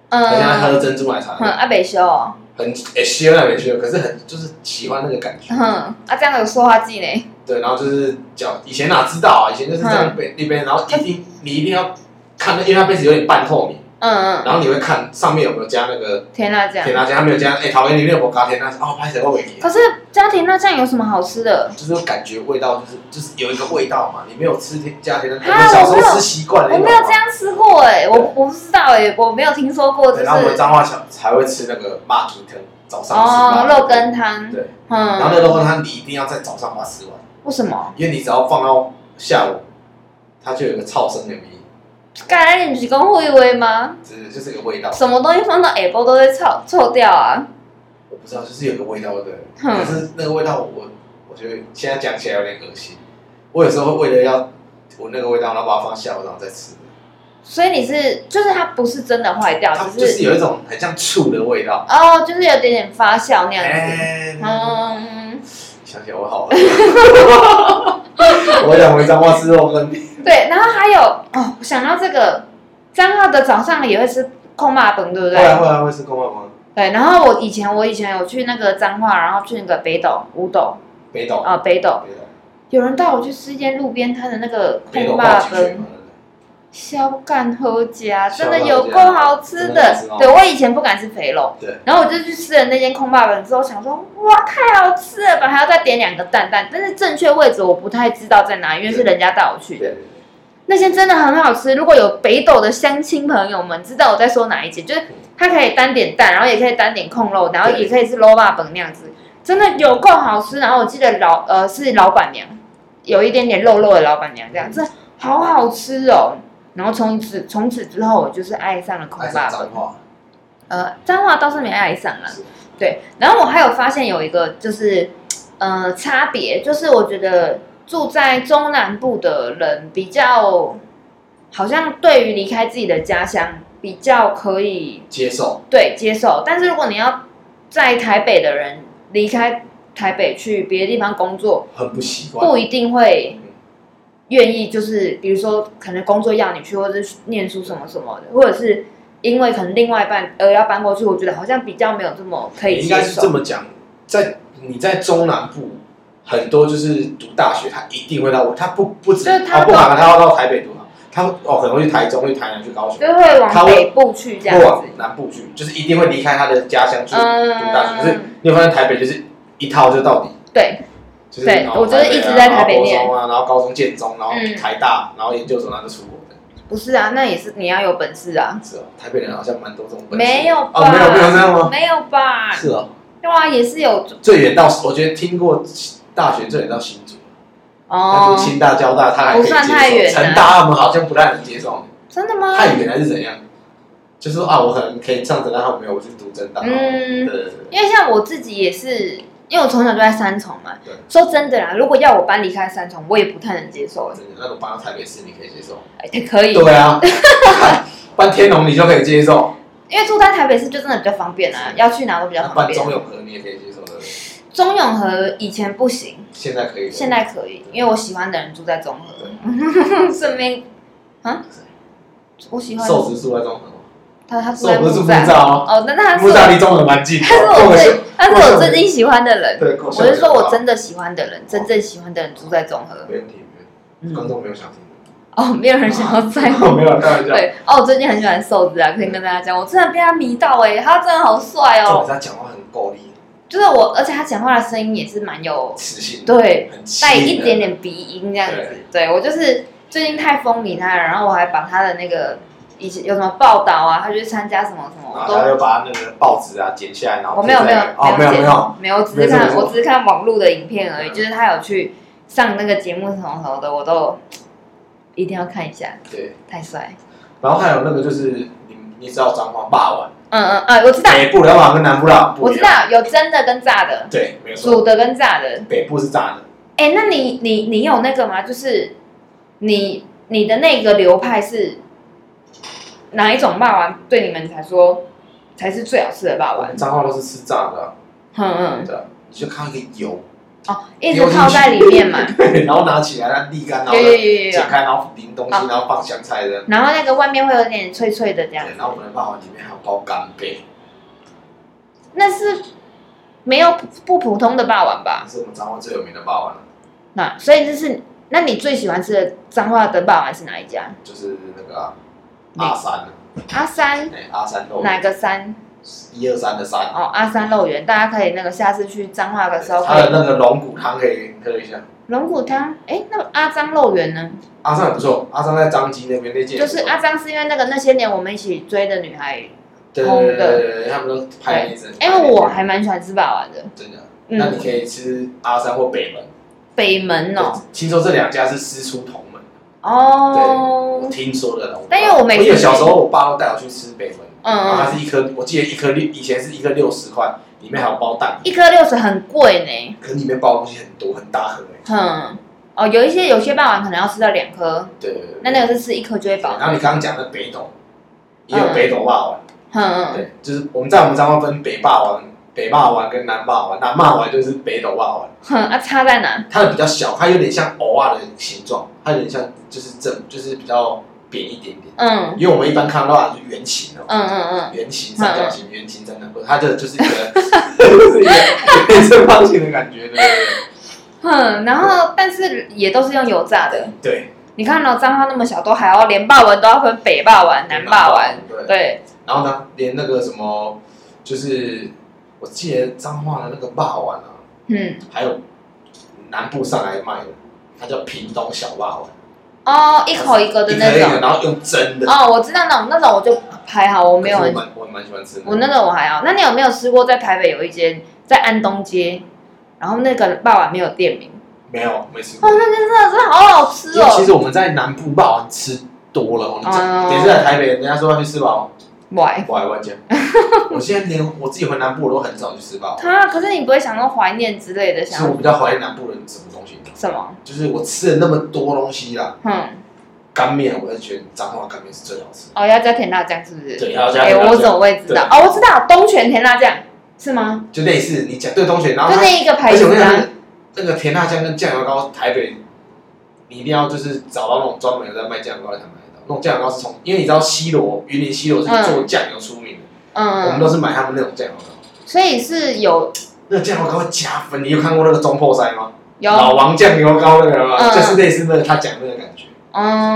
Speaker 1: 的，很像
Speaker 2: 嗯，
Speaker 1: 喝珍珠奶茶，
Speaker 2: 哼，阿北修哦，
Speaker 1: 很哎诶羞那没羞，可是啊很就是喜欢那个感觉。
Speaker 2: 哼，啊，这样有说话技呢？
Speaker 1: 对，然后就是脚，以前哪知道啊？以前就是这
Speaker 2: 嗯
Speaker 1: 样被那边，然后一定你一定要看，因为它杯子有点半透明，
Speaker 2: 嗯嗯，
Speaker 1: 然后你会看上面有没有加那个
Speaker 2: 甜辣酱
Speaker 1: 甜。辣酱，它没有加，哎，桃园里面有没有加甜辣酱？哦，拍起来会
Speaker 2: 可是家甜辣酱有什么好吃的？
Speaker 1: 就是感觉味道就是就是有一个味道嘛，你没有吃甜加甜的，我
Speaker 2: 啊
Speaker 1: 们小
Speaker 2: 我
Speaker 1: 时
Speaker 2: 没有
Speaker 1: 候吃习惯了，
Speaker 2: 我
Speaker 1: 你
Speaker 2: 没
Speaker 1: 懂
Speaker 2: 有
Speaker 1: 吗
Speaker 2: 这样吃过哎、我我不知道哎、我没有听说过，就
Speaker 1: 对然后我们
Speaker 2: 是
Speaker 1: 彰化小才会吃那个麻吉汤，早上吃
Speaker 2: 哦
Speaker 1: 麻吉汤
Speaker 2: 肉羹汤，
Speaker 1: 对，
Speaker 2: 嗯，
Speaker 1: 然后那个肉羹汤你一定要在早上把它吃完，
Speaker 2: 为什么？
Speaker 1: 因为你只要放到下午，它就有一个超生的味，
Speaker 2: 刚才你不是讲会味吗？
Speaker 1: 就是就是一个味道，
Speaker 2: 什么东西放到下波都会臭臭掉啊？
Speaker 1: 我不知道，就是有个味道的，
Speaker 2: 嗯
Speaker 1: 可是那个味道我我觉得现在讲起来有点恶心，我有时候会为了要闻那个味道，然后把它放下午然后再吃，
Speaker 2: 所以你是就是它不是真的坏掉，
Speaker 1: 它
Speaker 2: 只、
Speaker 1: 就是是有一种很像醋的味道，
Speaker 2: 哦，就是有点点发酵那样子。
Speaker 1: 哎、
Speaker 2: 嗯，
Speaker 1: 想起来我好饿，我想回彰化吃肉羹，
Speaker 2: 对，然后还有哦，我想到这个彰化的早上也会吃控霸本，对不
Speaker 1: 后来
Speaker 2: 对？
Speaker 1: 后啊来会吃公饭吗？
Speaker 2: 对，然后我以前我以前有去那个彰化，然后去那个北斗五斗
Speaker 1: 北斗，
Speaker 2: 啊、北斗，
Speaker 1: 北斗。
Speaker 2: 有人带我去吃一间路边摊的那个
Speaker 1: 北
Speaker 2: 空
Speaker 1: 斗
Speaker 2: 霸
Speaker 1: 爆鸡腿
Speaker 2: 羹
Speaker 1: 嘛，
Speaker 2: 小干喝家，
Speaker 1: 小
Speaker 2: 真
Speaker 1: 干
Speaker 2: 的有够好吃
Speaker 1: 真的
Speaker 2: 的
Speaker 1: 好吃哦。
Speaker 2: 对我以前不敢吃肥肉，
Speaker 1: 对，
Speaker 2: 然后我就去吃了那间空霸本之后，想说哇太好吃了吧，还要再点两个蛋蛋，但是正确位置我不太知道在哪，因为是人家带我去
Speaker 1: 对
Speaker 2: 的。
Speaker 1: 对
Speaker 2: 那间真的很好吃，如果有北斗的乡亲朋友们知道我在说哪一间，就是它可以单点蛋，然后也可以单点控肉，然后也可以是捞霸本那样子，真的有够好吃。然后我记得老呃是老板娘，有一点点肉肉的老板娘这样，这好好吃哦。然后从此从此之后，我就是爱上了空
Speaker 1: 爱
Speaker 2: 霸
Speaker 1: 上
Speaker 2: 本
Speaker 1: 脏。话，
Speaker 2: 呃，脏话倒是没爱上啦
Speaker 1: 是，
Speaker 2: 对。然后我还有发现有一个就是呃差别，就是我觉得住在中南部的人比较，好像对于离开自己的家乡比较可以
Speaker 1: 接受
Speaker 2: 对接受，但是如果你要在台北的人离开台北去别的地方工作，
Speaker 1: 很不习惯，嗯
Speaker 2: 不一定会愿意，就是比如说可能工作要你去，或者是念书什么什么的，或者是因为可能另外一半呃要搬过去，我觉得好像比较没有这么可以
Speaker 1: 应
Speaker 2: 接
Speaker 1: 该是这
Speaker 2: 受。
Speaker 1: 么讲，在你在中南部。很多就是读大学，他一定会到我，他不不止
Speaker 2: 就是他
Speaker 1: 哦，不
Speaker 2: 都
Speaker 1: 可能他要到台北读啊，他哦可能会去台中、去台南、去高雄，
Speaker 2: 就会
Speaker 1: 他
Speaker 2: 往
Speaker 1: 会
Speaker 2: 北部去这样
Speaker 1: 或往
Speaker 2: 子，
Speaker 1: 南部去，就是一定会离开他的家乡去读大学。可是
Speaker 2: 嗯，
Speaker 1: 你有发现台北就是一套就到底，
Speaker 2: 对，
Speaker 1: 就是
Speaker 2: 对
Speaker 1: 哦
Speaker 2: 我就是一直在台北念
Speaker 1: 然后国中啊，然后高中建中，然后
Speaker 2: 嗯
Speaker 1: 台大，然后研究所，然后就出国的，
Speaker 2: 不是啊，那也是你要有本事啊，
Speaker 1: 是哦，台北人好像蛮多这种本事的
Speaker 2: 没有吧？
Speaker 1: 哦，没有没有这样吗？
Speaker 2: 没有吧？
Speaker 1: 是哦，
Speaker 2: 对啊，也是有
Speaker 1: 最远到我觉得听过大学最远到新竹，但
Speaker 2: 哦
Speaker 1: 是，清大、交大他还可以
Speaker 2: 不
Speaker 1: 接
Speaker 2: 算太远啊
Speaker 1: 受，成大他们好像不太能接受，
Speaker 2: 真的吗？
Speaker 1: 太远还是怎样？就是说啊，我可能可以上成大，他们没有，我去读真大。对
Speaker 2: 嗯，
Speaker 1: 对对，
Speaker 2: 因为像我自己也是，因为我从小就在三重嘛
Speaker 1: 对。
Speaker 2: 说真的啦，如果要我搬离开三重，我也不太能接受。
Speaker 1: 真的，那种搬到台北市你可以接受？
Speaker 2: 哎，可以，
Speaker 1: 对啊，搬天龙你就可以接受，
Speaker 2: 因为住在台北市就真的比较方便啊，要去哪都比较
Speaker 1: 那
Speaker 2: 方
Speaker 1: 搬
Speaker 2: 便
Speaker 1: 中。永和你也可以接受的，
Speaker 2: 中永和以前不行，
Speaker 1: 现在可以了。
Speaker 2: 现在可以，因为我喜欢的人住在中和， 顺便啊，我喜欢的
Speaker 1: 寿司住在中和吗，
Speaker 2: 他他住在
Speaker 1: 寿不是
Speaker 2: 木
Speaker 1: 木
Speaker 2: 栅
Speaker 1: 栅哦，
Speaker 2: 哦，那那他是
Speaker 1: 木栅
Speaker 2: 我
Speaker 1: 离中和蛮近的。
Speaker 2: 他是我最他是我
Speaker 1: 过去
Speaker 2: 最近喜欢的人，
Speaker 1: 对，我哦
Speaker 2: 我是说我真的喜欢的人，真正喜欢的人住在中和。
Speaker 1: 没问题，没问题，观
Speaker 2: 嗯，
Speaker 1: 众没有想听的。
Speaker 2: 哦，没有人想要在乎。
Speaker 1: 我没有开玩笑。
Speaker 2: 对哦，我最近很喜欢瘦子啊，可以跟大家讲，我真的被他迷到哎、欸，他真的好帅
Speaker 1: 重
Speaker 2: 哦
Speaker 1: 点，是他讲话很够力，
Speaker 2: 就是我，而且他讲话的声音也是蛮有
Speaker 1: 磁性，，
Speaker 2: 对，
Speaker 1: 很
Speaker 2: 带
Speaker 1: 带
Speaker 2: 一点。点鼻音这样子，对我就是最近太风靡他了，然后我还把他的那个以前有什么报道啊，他去参加什么什么
Speaker 1: 然
Speaker 2: 都
Speaker 1: 后。他就把那个报纸啊剪下来，然后
Speaker 2: 我没有没
Speaker 1: 贴
Speaker 2: 有
Speaker 1: 在哦没有没有，
Speaker 2: 没有，我只是
Speaker 1: 没有这
Speaker 2: 看
Speaker 1: 么
Speaker 2: 我
Speaker 1: 做
Speaker 2: 只是看网络的影片而已，
Speaker 1: 嗯
Speaker 2: 就是他有去上那个节目什么什么的，我都一定要看一下，
Speaker 1: 对。
Speaker 2: 太帅。
Speaker 1: 然后还有那个就是你你知道彰化霸王，
Speaker 2: 嗯嗯啊，我知道，
Speaker 1: 北部的话跟南部的
Speaker 2: 我知，道有真的跟炸的，
Speaker 1: 对，没有错，
Speaker 2: 煮的跟炸的。
Speaker 1: 北部是炸的，
Speaker 2: 哎，那你你你有那个吗？就是你你的那个流派是哪一种霸王？对你们才说才是最好吃的霸
Speaker 1: 我
Speaker 2: 王
Speaker 1: 们？彰化都是吃炸的啊，
Speaker 2: 嗯嗯，
Speaker 1: 对啊，你就看那个油
Speaker 2: 哦，一直泡在里面嘛。
Speaker 1: 对，然后拿起来它沥干，然后
Speaker 2: 有有有有有
Speaker 1: 剪。开，然后淋东西，
Speaker 2: 好
Speaker 1: 然后放香菜的，
Speaker 2: 然后那个外面会有点脆脆的这样
Speaker 1: 对，，然后我们的霸王里面还有包干贝，
Speaker 2: 那是没有不普通的霸王吧？
Speaker 1: 是我们彰化最有名的霸王，啊
Speaker 2: 那所以这是，那你最喜欢吃的彰化的霸王是哪一家？
Speaker 1: 就是那个啊阿三，
Speaker 2: 阿三
Speaker 1: 哎，阿三肉，
Speaker 2: 哪个三？
Speaker 1: 一二三的三，
Speaker 2: 哦，阿三肉圆，大家可以那个下次去彰化的时候
Speaker 1: 它
Speaker 2: 可
Speaker 1: 的
Speaker 2: 以
Speaker 1: 那个龙骨汤可以喝一下。
Speaker 2: 龙骨汤。哎，那阿张肉圆呢？
Speaker 1: 阿三很不错，阿三在张基那边那届也
Speaker 2: 就
Speaker 1: 不错，
Speaker 2: 是阿张是因为那个那些年我们一起追的女孩，
Speaker 1: 对
Speaker 2: 红
Speaker 1: 对
Speaker 2: 的
Speaker 1: 对对对，他们都拍那阵。
Speaker 2: 因为我还蛮喜欢吃霸王的。
Speaker 1: 真的，那你
Speaker 2: 嗯，
Speaker 1: 可以吃阿三或北门。
Speaker 2: 北门哦，
Speaker 1: 听说这两家是师出同门，我
Speaker 2: 哦，
Speaker 1: 听说的啦。我
Speaker 2: 但因为我每次
Speaker 1: 记得小时候我爸都带我去吃北门，然后
Speaker 2: 嗯，
Speaker 1: 它是一颗，我记得一颗六，以前是一颗六十块，里面还有包蛋，
Speaker 2: 一颗六十很贵呢。
Speaker 1: 可是里面包的东西很多，很大盒欸
Speaker 2: 哼，哦，有一些有些霸王可能要吃到两颗，
Speaker 1: 对对对。
Speaker 2: 那那个是吃一颗就会饱。
Speaker 1: 然后你刚刚讲的北斗，也
Speaker 2: 嗯
Speaker 1: 有北斗啊霸王，
Speaker 2: 哼，嗯
Speaker 1: 对，就是我们在我们彰化分北霸王、北霸王跟南霸王，南霸王就是北斗霸王。
Speaker 2: 哼，啊，差在哪？
Speaker 1: 它的比较小，它有点像偶尔的形状，它有点像就是正，就是比较扁一点点。
Speaker 2: 嗯
Speaker 1: 因为我们一般看到它就是圆形哦，
Speaker 2: 嗯嗯
Speaker 1: 圆形、三角形、圆形、三角形，它的就是 一个就是一个圆正方形的感觉，对不对？
Speaker 2: 嗯，哼，然后但是也都是用油炸的。
Speaker 1: 对，
Speaker 2: 你看到脏话那么小，都还要连霸王都要分北霸王、南霸王，，
Speaker 1: 对。
Speaker 2: 对，
Speaker 1: 然后呢，连那个什么，就是我记得彰化的那个霸王啊，
Speaker 2: 嗯，
Speaker 1: 还有南部上来卖的，它叫屏东小霸王，
Speaker 2: 哦，一口一个的
Speaker 1: 一颗
Speaker 2: 那
Speaker 1: 一
Speaker 2: 种
Speaker 1: 个，。然后用蒸的，
Speaker 2: 哦，我知道那种那种我就还好，我没有
Speaker 1: 可是
Speaker 2: 很
Speaker 1: 我，蛮我蛮喜欢吃的。
Speaker 2: 我那种我还好。那你有没有吃过在台北有一间在安东街，然后那个霸王没有店名？
Speaker 1: 没有没吃过
Speaker 2: 哦，。那间真的是好好吃
Speaker 1: 因为
Speaker 2: 哦。
Speaker 1: 其实我们在南部霸王吃多了，我
Speaker 2: 哦
Speaker 1: 们每次在台北，人家说要去吃霸王，
Speaker 2: 喂。
Speaker 1: 我还忘记了。 我现在连我自己回南部，我都很少去吃霸王。
Speaker 2: 啊，可是你不会想到怀念之类的，
Speaker 1: 其实
Speaker 2: 想
Speaker 1: 我比较怀念南部人什么东西，
Speaker 2: 什么？
Speaker 1: 就是我吃了那么多东西啦，
Speaker 2: 哼，
Speaker 1: 干面，我就觉得彰化干面是最好吃的。
Speaker 2: 哦，要加甜辣酱是不是？
Speaker 1: 对，还有加
Speaker 2: 哎、
Speaker 1: 点
Speaker 2: 我
Speaker 1: 辣
Speaker 2: 怎
Speaker 1: 椒，
Speaker 2: 么会知道？
Speaker 1: 对
Speaker 2: 哦，我知道东泉甜辣酱是吗？
Speaker 1: 就类似你讲对东泉，然后
Speaker 2: 就
Speaker 1: 它
Speaker 2: 那一个牌
Speaker 1: 啊而且我
Speaker 2: 子
Speaker 1: 跟你讲
Speaker 2: 啊。
Speaker 1: 那个那个甜辣酱跟酱油膏，台北你一定要就是找到那种专门有在卖酱油膏的才买得到。那种酱油膏是从，因为你知道西罗云林西罗是做酱油出名的，我
Speaker 2: 嗯，
Speaker 1: 们都是买他们那种酱油膏。
Speaker 2: 所以是有
Speaker 1: 那个酱油膏会加分，你有看过那个中破塞吗？
Speaker 2: 有
Speaker 1: 老王酱油膏那个
Speaker 2: 嗯
Speaker 1: 吗？就是类似那个他讲那个感觉，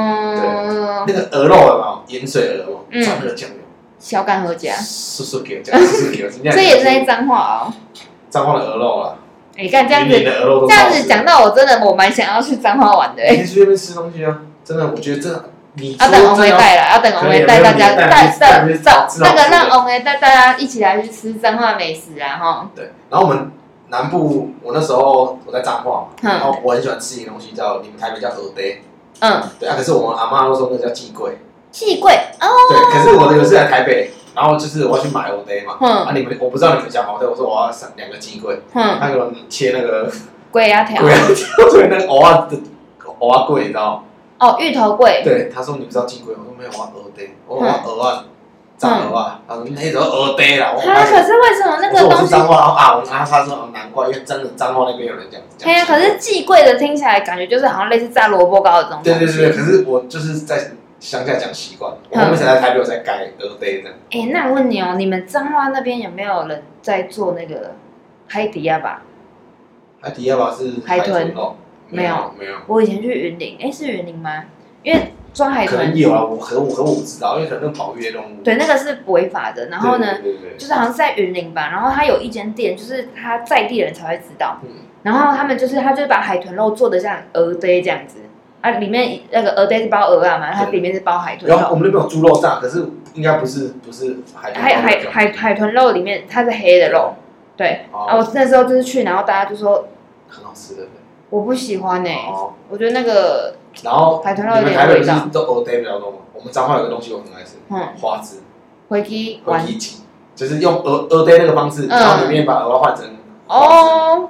Speaker 2: 嗯
Speaker 1: 那，个鹅肉有没有？盐水鹅嘛，
Speaker 2: 嗯
Speaker 1: 蘸那个酱油，
Speaker 2: 小干合家，
Speaker 1: 叔叔给我酱，叔叔给我，这
Speaker 2: 这也是在脏话哦。
Speaker 1: 彰化的鹅肉啦，
Speaker 2: 你、看这样
Speaker 1: 云林
Speaker 2: 子，
Speaker 1: 的鹅肉都
Speaker 2: 这样
Speaker 1: 超好
Speaker 2: 子
Speaker 1: 吃
Speaker 2: 讲，到我真的我蛮想要去脏话玩的、
Speaker 1: 你
Speaker 2: 欸。
Speaker 1: 可以去那边吃东西啊，真的，我觉得这你
Speaker 2: 要
Speaker 1: 说
Speaker 2: 等红
Speaker 1: 这
Speaker 2: 梅
Speaker 1: 样，
Speaker 2: 带了，要等红梅
Speaker 1: 哦可以
Speaker 2: 带
Speaker 1: 没
Speaker 2: 大
Speaker 1: 问题
Speaker 2: 家带
Speaker 1: 带
Speaker 2: 带
Speaker 1: 去带去
Speaker 2: 带
Speaker 1: 吃
Speaker 2: 那
Speaker 1: 好
Speaker 2: 个
Speaker 1: 吃
Speaker 2: 让
Speaker 1: 的
Speaker 2: 红梅带大家一起来去吃脏话美食啊，哈，
Speaker 1: 对，然后我们南部，我那时候我在彰化嘛，然
Speaker 2: 嗯
Speaker 1: 后我很喜欢吃一个东西叫你们台北叫鹅呆，
Speaker 2: 嗯，
Speaker 1: 对啊，可是我们阿妈都说那叫寄贵，
Speaker 2: 气贵哦，
Speaker 1: 对，可是我有一次来台北，然后就是我要去买鹅呆嘛。
Speaker 2: 哼
Speaker 1: 啊，你们我不知道你们家毛对，我说我要三两个鸡贵，
Speaker 2: 哼，
Speaker 1: 那个切那个
Speaker 2: 龟嗯啊条
Speaker 1: 贵， 对那个藕啊的藕啊贵，你知道吗？
Speaker 2: 哦，芋头桂，
Speaker 1: 对，他说你不知道鸡贵，我说没有，我要鹅呆，我说我
Speaker 2: 嗯
Speaker 1: 要鹅啊，炸鹅啊，他说那种鹅呆啦，我
Speaker 2: 它嗯可
Speaker 1: 说
Speaker 2: 是为什么那个
Speaker 1: 我
Speaker 2: 东
Speaker 1: 是
Speaker 2: 西？
Speaker 1: 脏话，然后啊，我然后他说哦难怪，因为真的脏话那边有人讲，
Speaker 2: 对啊呀，可是季贵的听起来感觉就是好像类似炸萝卜糕的这种
Speaker 1: 对
Speaker 2: 东
Speaker 1: 对
Speaker 2: 西。
Speaker 1: 对，可是我就是在乡下讲习
Speaker 2: 嗯
Speaker 1: 惯，我后面才来台北我才改鹅呆的，
Speaker 2: 哎、那我问你哦，你们彰化那边有没有人在做那个海底鸭吧？
Speaker 1: 海啊底要不要是
Speaker 2: 海豚
Speaker 1: 哦？
Speaker 2: 没有
Speaker 1: 没有，
Speaker 2: 我以前去云林，哎、是云林吗？因为抓海
Speaker 1: 可能
Speaker 2: 豚，
Speaker 1: 有啊，我可我可我不知道，因为可能那保育的动物。
Speaker 2: 对，那个是违法的。然后呢，
Speaker 1: 对对对
Speaker 2: 就是好像是在云林吧，然后它有一间店，就是它在地人才会知道。
Speaker 1: 嗯
Speaker 2: 然后他们就是，他就是把海豚肉做的像鹅堆这样子，啊，里面那个鹅堆是包鹅啊嘛，它
Speaker 1: 对
Speaker 2: 里面是包海豚
Speaker 1: 然后我
Speaker 2: 肉，
Speaker 1: 们那边有猪肉炸，可是应该不是不是海豚
Speaker 2: 海
Speaker 1: 肉那
Speaker 2: 海
Speaker 1: 种
Speaker 2: 海海豚肉里面它是黑的肉，对。啊，
Speaker 1: 哦，
Speaker 2: 我那时候就是去，然后大家就说
Speaker 1: 很好吃的。
Speaker 2: 我不喜欢呢、
Speaker 1: 哦，
Speaker 2: 我觉得那个，
Speaker 1: 然后
Speaker 2: 海豚肉有
Speaker 1: 你们
Speaker 2: 点
Speaker 1: 台北
Speaker 2: 味
Speaker 1: 不
Speaker 2: 道
Speaker 1: 是都 all day 比较多吗？我们彰化有个东西我很爱吃，
Speaker 2: 嗯，
Speaker 1: 花枝
Speaker 2: 回去
Speaker 1: 和
Speaker 2: 玩
Speaker 1: 鸡精，就是用鹅鹅 day 那个方式，
Speaker 2: 嗯
Speaker 1: 然后里面把鹅换成花
Speaker 2: 哦。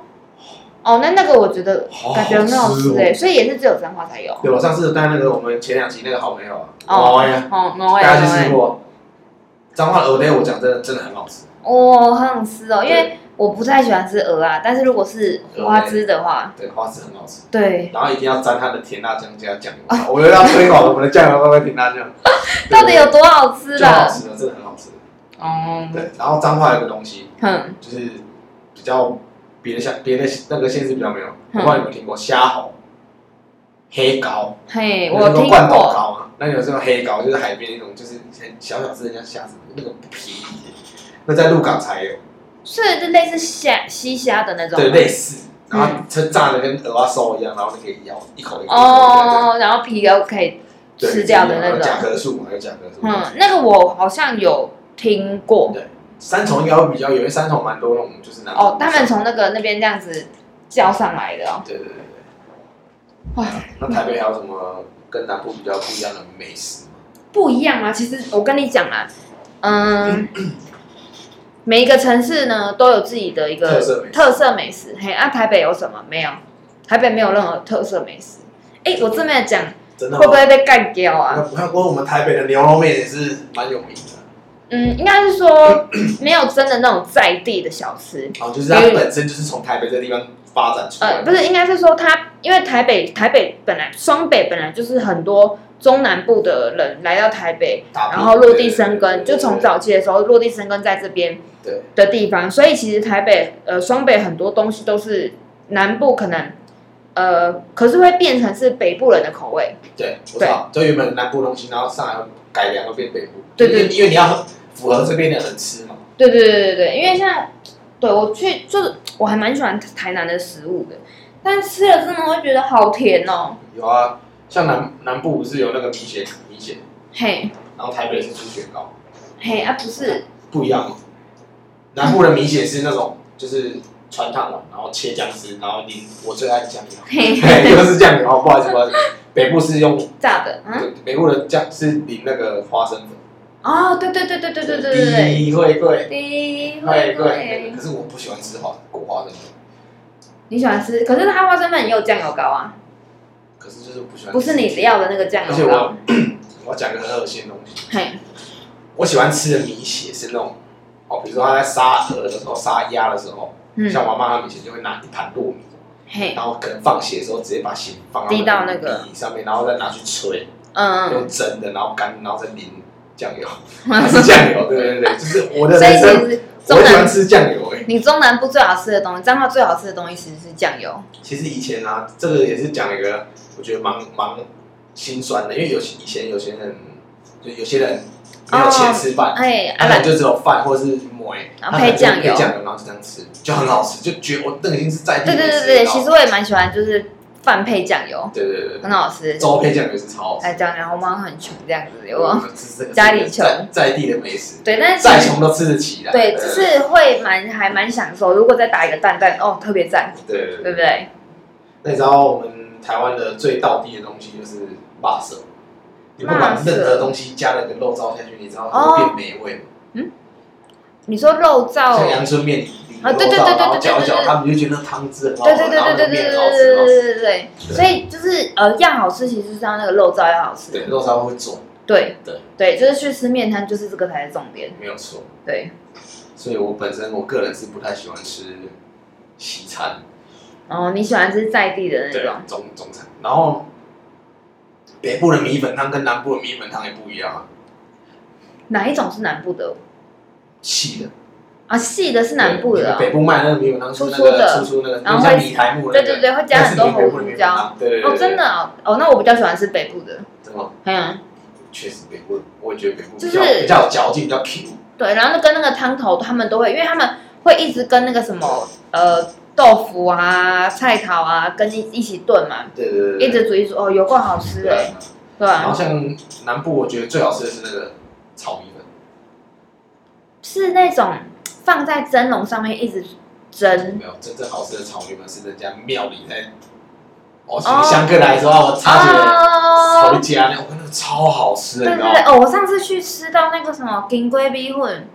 Speaker 2: 哦，那那个我觉得
Speaker 1: 枝，好
Speaker 2: 感觉很好吃哎、
Speaker 1: 哎。
Speaker 2: 所以也是只有彰化才有。
Speaker 1: 对，我上次带那个我们前两集那个好朋友啊，
Speaker 2: 哦
Speaker 1: 哦呀，
Speaker 2: 哦，哎我
Speaker 1: 大
Speaker 2: 也
Speaker 1: 家去
Speaker 2: 我也
Speaker 1: 吃过。彰化鹅 day 我讲真的真的很好吃，
Speaker 2: 哦，很好吃哦，因为我不太喜欢吃鹅啊，但是如果是花枝的话，
Speaker 1: 对，花枝很好吃，
Speaker 2: 对，，
Speaker 1: 然后一定要沾它的甜辣酱加酱油， 我又要推广我们的酱油味味甜辣酱
Speaker 2: 到底有多好吃
Speaker 1: 对？就好
Speaker 2: 啦？
Speaker 1: 吃的，真的很好吃。
Speaker 2: 哦，
Speaker 1: 对，然后彰化有个东西，
Speaker 2: 哼，
Speaker 1: 就是比较别的像别的那个县市比较没有，我
Speaker 2: 嗯
Speaker 1: 不知道你有没有听过虾猴、黑膏，
Speaker 2: 嘿，哎
Speaker 1: 有
Speaker 2: 我
Speaker 1: 那个
Speaker 2: 听
Speaker 1: 罐头
Speaker 2: 过，
Speaker 1: 膏嘛，那有时候黑膏就是海边那种，就是很小小只人家虾子，那个不便宜，那在鹿港才有，
Speaker 2: 是就类似虾西虾的那种吗，嗯
Speaker 1: 对，类似。然后它炸的跟鹅啊烧一样，然后你可以咬一口一口。
Speaker 2: 哦，然后皮又可以
Speaker 1: 对，
Speaker 2: 吃掉的那
Speaker 1: 有甲
Speaker 2: 种，
Speaker 1: 壳素嘛，有甲壳素。
Speaker 2: 嗯，那个我好像有听过，
Speaker 1: 三重应该会比较有，因为三重蛮多那种就是那种
Speaker 2: 哦，他们从那个那边这样子叫上来的哦，
Speaker 1: 对对对对。
Speaker 2: 哇
Speaker 1: 那台北还有什么跟南部比较不一样的美食吗？
Speaker 2: 不一样啊。其实我跟你讲啊，嗯， 每一个城市呢都有自己的一个
Speaker 1: 特色美食
Speaker 2: 特色美食。嘿，啊，台北有什么？没有，台北没有任何特色美食。哎、我这么讲
Speaker 1: 真的
Speaker 2: 会不会被干掉啊？
Speaker 1: 我看过我们台北的牛肉面也是蛮有名的，
Speaker 2: 嗯，应该是说 没有真的那种在地的小吃。
Speaker 1: 哦，就是它本身就是从台北这个地方发展出来
Speaker 2: 呃，
Speaker 1: 的。
Speaker 2: 不是，应该是说它，因为台北台北本来双北本来就是很多中南部的人来到台北，
Speaker 1: 打拼，
Speaker 2: 然后落地生
Speaker 1: 啊
Speaker 2: 根，就从
Speaker 1: 早
Speaker 2: 早期的时候落地生根在这边
Speaker 1: 对
Speaker 2: 的地方，所以其实台北呃双北很多东西都是南部可能呃，可是会变成是北部人的口味，
Speaker 1: 对，我知道，就原本南部东西，然后上来改良会变北部，
Speaker 2: 对对
Speaker 1: 因为因为你要符合这边的人吃嘛，
Speaker 2: 对对对对对，因为像对我去就是我还蛮喜欢台南的食物的，但吃了真的会觉得好甜哦，
Speaker 1: 有啊，像南南部不是有那个米血米血，
Speaker 2: 嘿
Speaker 1: 然后台北是猪血糕，
Speaker 2: 嘿啊不是，
Speaker 1: 不一样吗？南部的米血是那种就是穿烫碗，然后切姜丝，然后淋我最爱的酱油，
Speaker 2: 嘿
Speaker 1: 嘿又是酱油，哦不好意思不好意思，北部是用
Speaker 2: 炸的啊
Speaker 1: 对北部的酱是淋那个花生粉，
Speaker 2: 哦对对对对对对对对对，
Speaker 1: 低会贵，
Speaker 2: 滴会
Speaker 1: 会贵那
Speaker 2: 会
Speaker 1: 个，可是我不喜欢吃花裹花生粉，
Speaker 2: 你喜欢吃，可是它花生粉也有酱油膏啊。
Speaker 1: 可是就是不喜欢吃，
Speaker 2: 不是你要的那个酱
Speaker 1: 而且
Speaker 2: 油膏
Speaker 1: 我，我讲个很恶心的东西，
Speaker 2: 嘿，
Speaker 1: 我喜欢吃的米血是那种哦，比如说他在杀鹅的时候、杀鸭的时候，
Speaker 2: 嗯，
Speaker 1: 像我妈妈米血就会拿一盘糯米。
Speaker 2: 嘿，
Speaker 1: 然后可能放血的时候直接把血放
Speaker 2: 滴到那个
Speaker 1: 米上面，然后再拿去吹，
Speaker 2: 嗯，
Speaker 1: 用蒸的，然后干，然后再淋酱 油，
Speaker 2: 嗯
Speaker 1: 是酱油，对对对，就是我的
Speaker 2: 所以
Speaker 1: 人
Speaker 2: 其
Speaker 1: 生，
Speaker 2: 实
Speaker 1: 我
Speaker 2: 中
Speaker 1: 很喜欢
Speaker 2: 南，
Speaker 1: 吃酱油哎。
Speaker 2: 你中南部最好吃的东西，彰化最好吃的东西其实是酱油。
Speaker 1: 其实以前啊，这个也是讲一个我觉得蛮蛮心酸的，因为有些以前有些人就有些人没有钱吃饭，
Speaker 2: 哎，
Speaker 1: 他
Speaker 2: 阿
Speaker 1: 可能
Speaker 2: 兰，
Speaker 1: 就只有饭或是馍，
Speaker 2: 然
Speaker 1: 他
Speaker 2: 后
Speaker 1: 可能
Speaker 2: 配酱油
Speaker 1: 就配酱油然后就这样吃，就很好吃，就觉得我那个已经是在地
Speaker 2: 对对
Speaker 1: 美
Speaker 2: 对
Speaker 1: 食
Speaker 2: 对，
Speaker 1: 了
Speaker 2: 其实我也蛮喜欢，就是饭配酱油，
Speaker 1: 对对对
Speaker 2: 很好吃
Speaker 1: 对，。粥配酱油是超好吃。
Speaker 2: 哎，酱油我妈很穷这样子，我
Speaker 1: 吃这个
Speaker 2: 家里穷
Speaker 1: 在在地的美食，
Speaker 2: 对，但是
Speaker 1: 再穷都吃得起的。
Speaker 2: 对，只是会蛮还蛮享受。如果再打一个蛋蛋，哦，特别赞，
Speaker 1: 对对
Speaker 2: 对
Speaker 1: 对。
Speaker 2: 不对？
Speaker 1: 那你知道我们台湾的最道地的东西就是辣色，你不管
Speaker 2: 辣色
Speaker 1: 任何东西加了个肉燥下去，你知道它会变美味吗。
Speaker 2: 你说肉燥
Speaker 1: 像，阳春面，你你
Speaker 2: 啊对
Speaker 1: 肉
Speaker 2: 对
Speaker 1: 燥
Speaker 2: 对对
Speaker 1: 然后
Speaker 2: 对对
Speaker 1: 搅一搅，
Speaker 2: 对
Speaker 1: 他们就觉得那汤汁很好喝，
Speaker 2: 对对对
Speaker 1: 然后
Speaker 2: 对对
Speaker 1: 那个
Speaker 2: 对对
Speaker 1: 面
Speaker 2: 对
Speaker 1: 好吃，然后
Speaker 2: 对对对，所以就是呃，要好吃其实是要那个肉燥要好吃。
Speaker 1: 对肉燥会做，
Speaker 2: 对
Speaker 1: 对
Speaker 2: 对，就是去吃面摊，就是这个才是重点。
Speaker 1: 没有错。
Speaker 2: 对，
Speaker 1: 所以我本身我个人是不太喜欢吃西餐。
Speaker 2: 然后哦你喜欢吃在地的那
Speaker 1: 对
Speaker 2: 种，，
Speaker 1: 中中餐。然后北部的米粉汤跟南部的米粉汤也不一样啊，
Speaker 2: 哪一种是南部的
Speaker 1: 细的
Speaker 2: 啊？细的是南部的
Speaker 1: 对
Speaker 2: 哦、
Speaker 1: 北部卖那个米粉汤是那
Speaker 2: 粗粗
Speaker 1: 个
Speaker 2: 的
Speaker 1: 粗粗那个，
Speaker 2: 然后
Speaker 1: 像
Speaker 2: 会
Speaker 1: 米苔木
Speaker 2: 对
Speaker 1: 那个
Speaker 2: 对对，会加很多
Speaker 1: 那是
Speaker 2: 红
Speaker 1: 北部的米
Speaker 2: 胡
Speaker 1: 粉
Speaker 2: 椒。
Speaker 1: 汤，对对对
Speaker 2: 哦，真的，哦，哦，那我比较喜欢吃北部的，
Speaker 1: 真的吗，
Speaker 2: 哎呀，
Speaker 1: 确实北部，我也觉得北部
Speaker 2: 就
Speaker 1: 比
Speaker 2: 是
Speaker 1: 较比较有嚼劲，比较 Q。
Speaker 2: 对，然后那跟那个汤头他们都会，因为他们会一直跟那个什么呃豆腐啊、菜桃啊跟一一起炖嘛，
Speaker 1: 对对对对，
Speaker 2: 一直煮一直煮，哦，有够好吃
Speaker 1: 对
Speaker 2: 的，
Speaker 1: 啊。
Speaker 2: 对
Speaker 1: 然后
Speaker 2: 吧？
Speaker 1: 像南部，我觉得最好吃的是那个炒米粉，
Speaker 2: 是那种放在蒸笼上面一直蒸，
Speaker 1: 没有真正好吃的炒米粉是人家庙里在。哦，
Speaker 2: 哦
Speaker 1: 香客来的时候，我差点
Speaker 2: 哦
Speaker 1: 炒一家，我看那个超好吃的，
Speaker 2: 对
Speaker 1: 你知道
Speaker 2: 对
Speaker 1: 吗
Speaker 2: 对，？哦，我上次去吃到那个什么金龟逼混，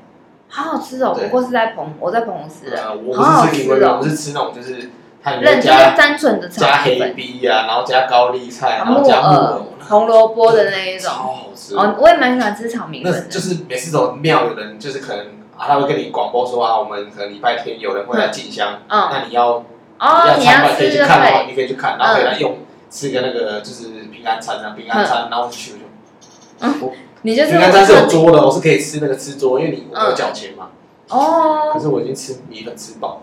Speaker 2: 好好吃哦。
Speaker 1: 对
Speaker 2: 不过是在澎，我在澎湖吃的，
Speaker 1: 呃，我
Speaker 2: 好好
Speaker 1: 不是吃
Speaker 2: 吃
Speaker 1: 金龟
Speaker 2: 哦
Speaker 1: 我是吃那种就是它里
Speaker 2: 认真
Speaker 1: 面
Speaker 2: 是
Speaker 1: 加
Speaker 2: 单纯的
Speaker 1: 加
Speaker 2: 炒米
Speaker 1: 黑
Speaker 2: 粉，
Speaker 1: 逼啊，然后加高丽菜，
Speaker 2: 啊
Speaker 1: 然后加木耳，
Speaker 2: 红萝卜的那一
Speaker 1: 超
Speaker 2: 种。哦
Speaker 1: 好吃。
Speaker 2: 哦，我也蛮喜欢吃炒米
Speaker 1: 那
Speaker 2: 粉
Speaker 1: 就
Speaker 2: 的。
Speaker 1: 是每次走庙的人，就是可能啊，他会跟你广播说啊，我们可能礼拜天有人会来进香，
Speaker 2: 嗯，
Speaker 1: 那你要
Speaker 2: 哦，你
Speaker 1: 参
Speaker 2: 要
Speaker 1: 观可以
Speaker 2: 吃
Speaker 1: 去
Speaker 2: 就嗯
Speaker 1: 看
Speaker 2: 对
Speaker 1: 哦，。你可以去看，然后可以来用吃个那个就是平安餐啊，平安餐，然后我就去我就。
Speaker 2: 你嗯就是嗯
Speaker 1: 平安餐是有桌的，我是可以吃那个吃桌，因为你我没有缴钱嘛。可
Speaker 2: 哦，
Speaker 1: 是我已经吃米粉吃饱了，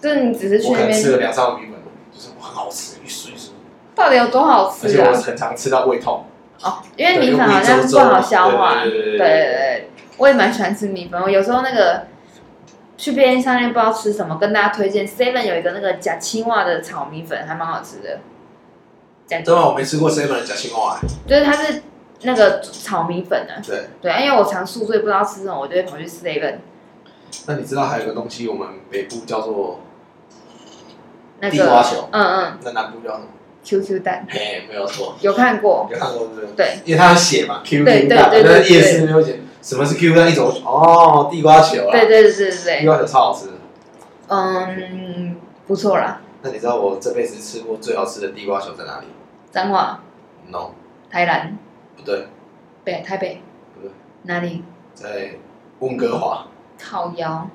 Speaker 2: 就是你只是去
Speaker 1: 我可
Speaker 2: 那
Speaker 1: 能吃了
Speaker 2: 边，
Speaker 1: 两三碗米粉，就是哇很好吃，一水一水，
Speaker 2: 到底有多好
Speaker 1: 而
Speaker 2: 吃
Speaker 1: 且我
Speaker 2: 啊？
Speaker 1: 很常吃到胃痛。
Speaker 2: 哦，因为米粉好像不好消化。
Speaker 1: 对对
Speaker 2: 对对对，我也蛮喜欢吃米粉。我有时候那个去便利商店不知道吃什么，跟大家推荐 Seven 有一个那个假青蛙的炒米粉，还蛮好吃的。假
Speaker 1: 对吗？啊我没吃过 seven 的夹心欸蛙，
Speaker 2: 就是它是那个炒米粉啊。
Speaker 1: 对
Speaker 2: 对，因为我常宿醉不知道吃什么，我就会跑去 Seven
Speaker 1: 那你知道还有个东西，我们北部叫做
Speaker 2: 那
Speaker 1: 地瓜
Speaker 2: 个
Speaker 1: 球，
Speaker 2: 嗯嗯
Speaker 1: 那南部叫 什么？
Speaker 2: QQ 蛋，
Speaker 1: 嘿，没有 错，
Speaker 2: 有看过？
Speaker 1: 有看过这个，
Speaker 2: 对，
Speaker 1: 因为它有写嘛，Q
Speaker 2: 对
Speaker 1: Q 蛋，
Speaker 2: 对对对
Speaker 1: 那夜市没有写什么是 Q Q 蛋，一种哦，地瓜球啦，
Speaker 2: 对对对对
Speaker 1: 地
Speaker 2: 对，
Speaker 1: 瓜球超好吃的。
Speaker 2: 嗯，不错啦，
Speaker 1: 那你知道我这辈子吃过最好吃的地瓜球在哪里
Speaker 2: 彰化、
Speaker 1: ？No，
Speaker 2: 台南、
Speaker 1: 不对，
Speaker 2: 北台北
Speaker 1: 不对，
Speaker 2: 哪里？
Speaker 1: 在温哥华，
Speaker 2: 靠腰，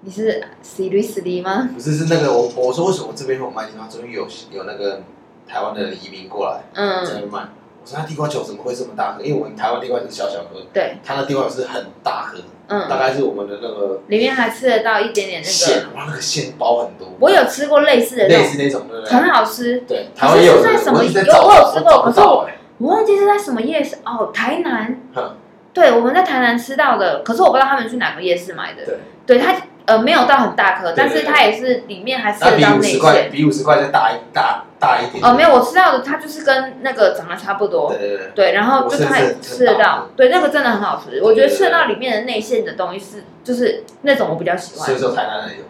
Speaker 2: 你是 seriously 吗？
Speaker 1: 不是是那个我我说为什么这边会有卖地瓜球，因为有有那个台湾的移民过来。在
Speaker 2: 嗯，
Speaker 1: 那卖。我说他地瓜球怎么会这么大颗？因为我们台湾地瓜球是小小颗，
Speaker 2: 对，
Speaker 1: 他的地瓜球是很大颗，大
Speaker 2: 嗯，
Speaker 1: 概是我们的那个
Speaker 2: 里面还吃得到一点点那个。
Speaker 1: 馅，哇，那个馅包很多，
Speaker 2: 我有吃过类似的那
Speaker 1: 类
Speaker 2: 种，
Speaker 1: 似那种，对不对？
Speaker 2: 很好吃。
Speaker 1: 对，台湾也有
Speaker 2: 是
Speaker 1: 这
Speaker 2: 在
Speaker 1: 个，
Speaker 2: 什么
Speaker 1: 我一直在
Speaker 2: 有
Speaker 1: 找，
Speaker 2: 我有吃过
Speaker 1: 找不
Speaker 2: 可是
Speaker 1: 到哎。
Speaker 2: 我忘记是在什么夜市哦，台南
Speaker 1: 哼。
Speaker 2: 对，我们在台南吃到的，可是我不知道他们去哪个夜市买的。
Speaker 1: 对，
Speaker 2: 它呃没有到很大颗，
Speaker 1: 对
Speaker 2: 但是它也是里面还吃
Speaker 1: 那
Speaker 2: 得到
Speaker 1: 比
Speaker 2: 内
Speaker 1: 五十块，
Speaker 2: 馅。
Speaker 1: 比五十块再大一大大一点。
Speaker 2: 哦，没有，我吃到的它就是跟那个长得差不多。
Speaker 1: 对对对，
Speaker 2: 对，然后
Speaker 1: 我
Speaker 2: 就
Speaker 1: 吃的
Speaker 2: 它
Speaker 1: 是
Speaker 2: 也
Speaker 1: 很
Speaker 2: 吃得
Speaker 1: 大
Speaker 2: 到
Speaker 1: 的，
Speaker 2: 对，那个真的很好吃。我觉得
Speaker 1: 对对
Speaker 2: 吃得到
Speaker 1: 对
Speaker 2: 里面的内馅的东西是，就是那种我比较喜
Speaker 1: 所
Speaker 2: 欢。
Speaker 1: 以说台南人有，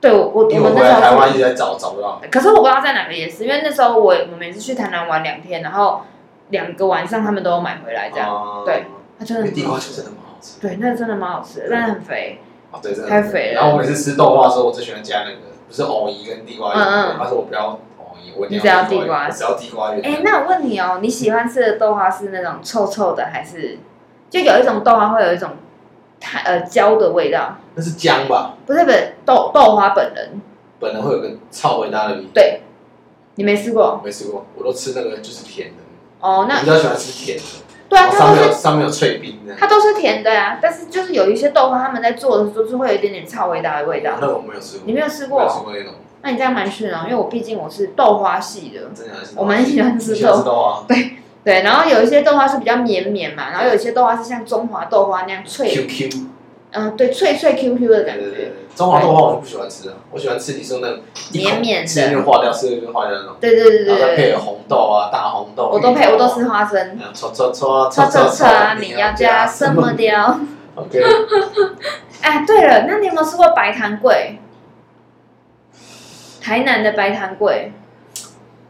Speaker 2: 对，我我我
Speaker 1: 因为我
Speaker 2: 们
Speaker 1: 回
Speaker 2: 那
Speaker 1: 来
Speaker 2: 时
Speaker 1: 台
Speaker 2: 候
Speaker 1: 湾一直在找，找不到。
Speaker 2: 去，可是我不知道在哪个夜市，因为那时候我我每次去台南玩两天，然后两个晚上他们都有买回来这样，
Speaker 1: 哦
Speaker 2: 对，它真
Speaker 1: 因
Speaker 2: 的
Speaker 1: 为
Speaker 2: 很
Speaker 1: 地
Speaker 2: 好
Speaker 1: 瓜
Speaker 2: 吃
Speaker 1: 球真的蛮好吃。
Speaker 2: 对，那个真的蛮好吃的，但是很肥。
Speaker 1: 哦，对，真的
Speaker 2: 太肥了
Speaker 1: 然后我每次吃豆花的时候，我最喜欢加那个，不是藕泥跟地瓜圆。
Speaker 2: 嗯嗯
Speaker 1: 他说我不要藕泥，我一定
Speaker 2: 你只要地
Speaker 1: 地
Speaker 2: 瓜
Speaker 1: 瓜圆，我只要地瓜圆。
Speaker 2: 哎、那我问你哦，你喜欢吃的豆花是那种臭臭的，还是就有一种豆花会有一种太呃焦的味道？
Speaker 1: 那是姜吧？
Speaker 2: 不是不是豆豆花本人，
Speaker 1: 本来会有个超回大的米，
Speaker 2: 对，你没吃过
Speaker 1: 我没吃过，我都吃那个就是甜的。
Speaker 2: 哦？
Speaker 1: 我
Speaker 2: 那
Speaker 1: 比较喜欢吃甜的，
Speaker 2: 对啊，
Speaker 1: 然后
Speaker 2: 它
Speaker 1: 上
Speaker 2: 都
Speaker 1: 面有
Speaker 2: 是
Speaker 1: 上面有脆冰的。
Speaker 2: 它都是甜的呀、但是就是有一些豆花他们在做的时候，就是会有一点点草味道的味道。
Speaker 1: 那我没有吃过，
Speaker 2: 你没有吃
Speaker 1: 我没有吃
Speaker 2: 过？
Speaker 1: 过那种，
Speaker 2: 那你这样蛮逊的哦，因为我毕竟我是豆花系的，
Speaker 1: 真的还是
Speaker 2: 我蛮喜欢吃
Speaker 1: 你喜欢
Speaker 2: 豆
Speaker 1: 吃。豆花
Speaker 2: 对，然后有一些豆花是比较绵绵嘛，然后有一些豆花是像中华豆花那样脆，
Speaker 1: ，QQ，
Speaker 2: 嗯、对，脆脆 Q Q 的
Speaker 1: 对
Speaker 2: 感
Speaker 1: 对
Speaker 2: 觉，
Speaker 1: 对，中华豆花我就不喜欢吃啊，我喜欢吃你说那种一口
Speaker 2: 绵绵
Speaker 1: 吃一
Speaker 2: 的。
Speaker 1: 个化掉，吃一个化掉那种，
Speaker 2: 对对对
Speaker 1: 然
Speaker 2: 对
Speaker 1: 后再
Speaker 2: 对
Speaker 1: 配
Speaker 2: 对，
Speaker 1: 有红豆啊、大红豆，
Speaker 2: 我都配，
Speaker 1: 绿
Speaker 2: 我
Speaker 1: 豆啊
Speaker 2: 都吃花生。
Speaker 1: 搓搓搓
Speaker 2: 叉
Speaker 1: 搓
Speaker 2: 哦叉
Speaker 1: 搓
Speaker 2: 叉，
Speaker 1: 搓，
Speaker 2: 你要加什么料？
Speaker 1: ？OK，
Speaker 2: 哎，对了，那你有没有吃过白糖桂？台南的白糖桂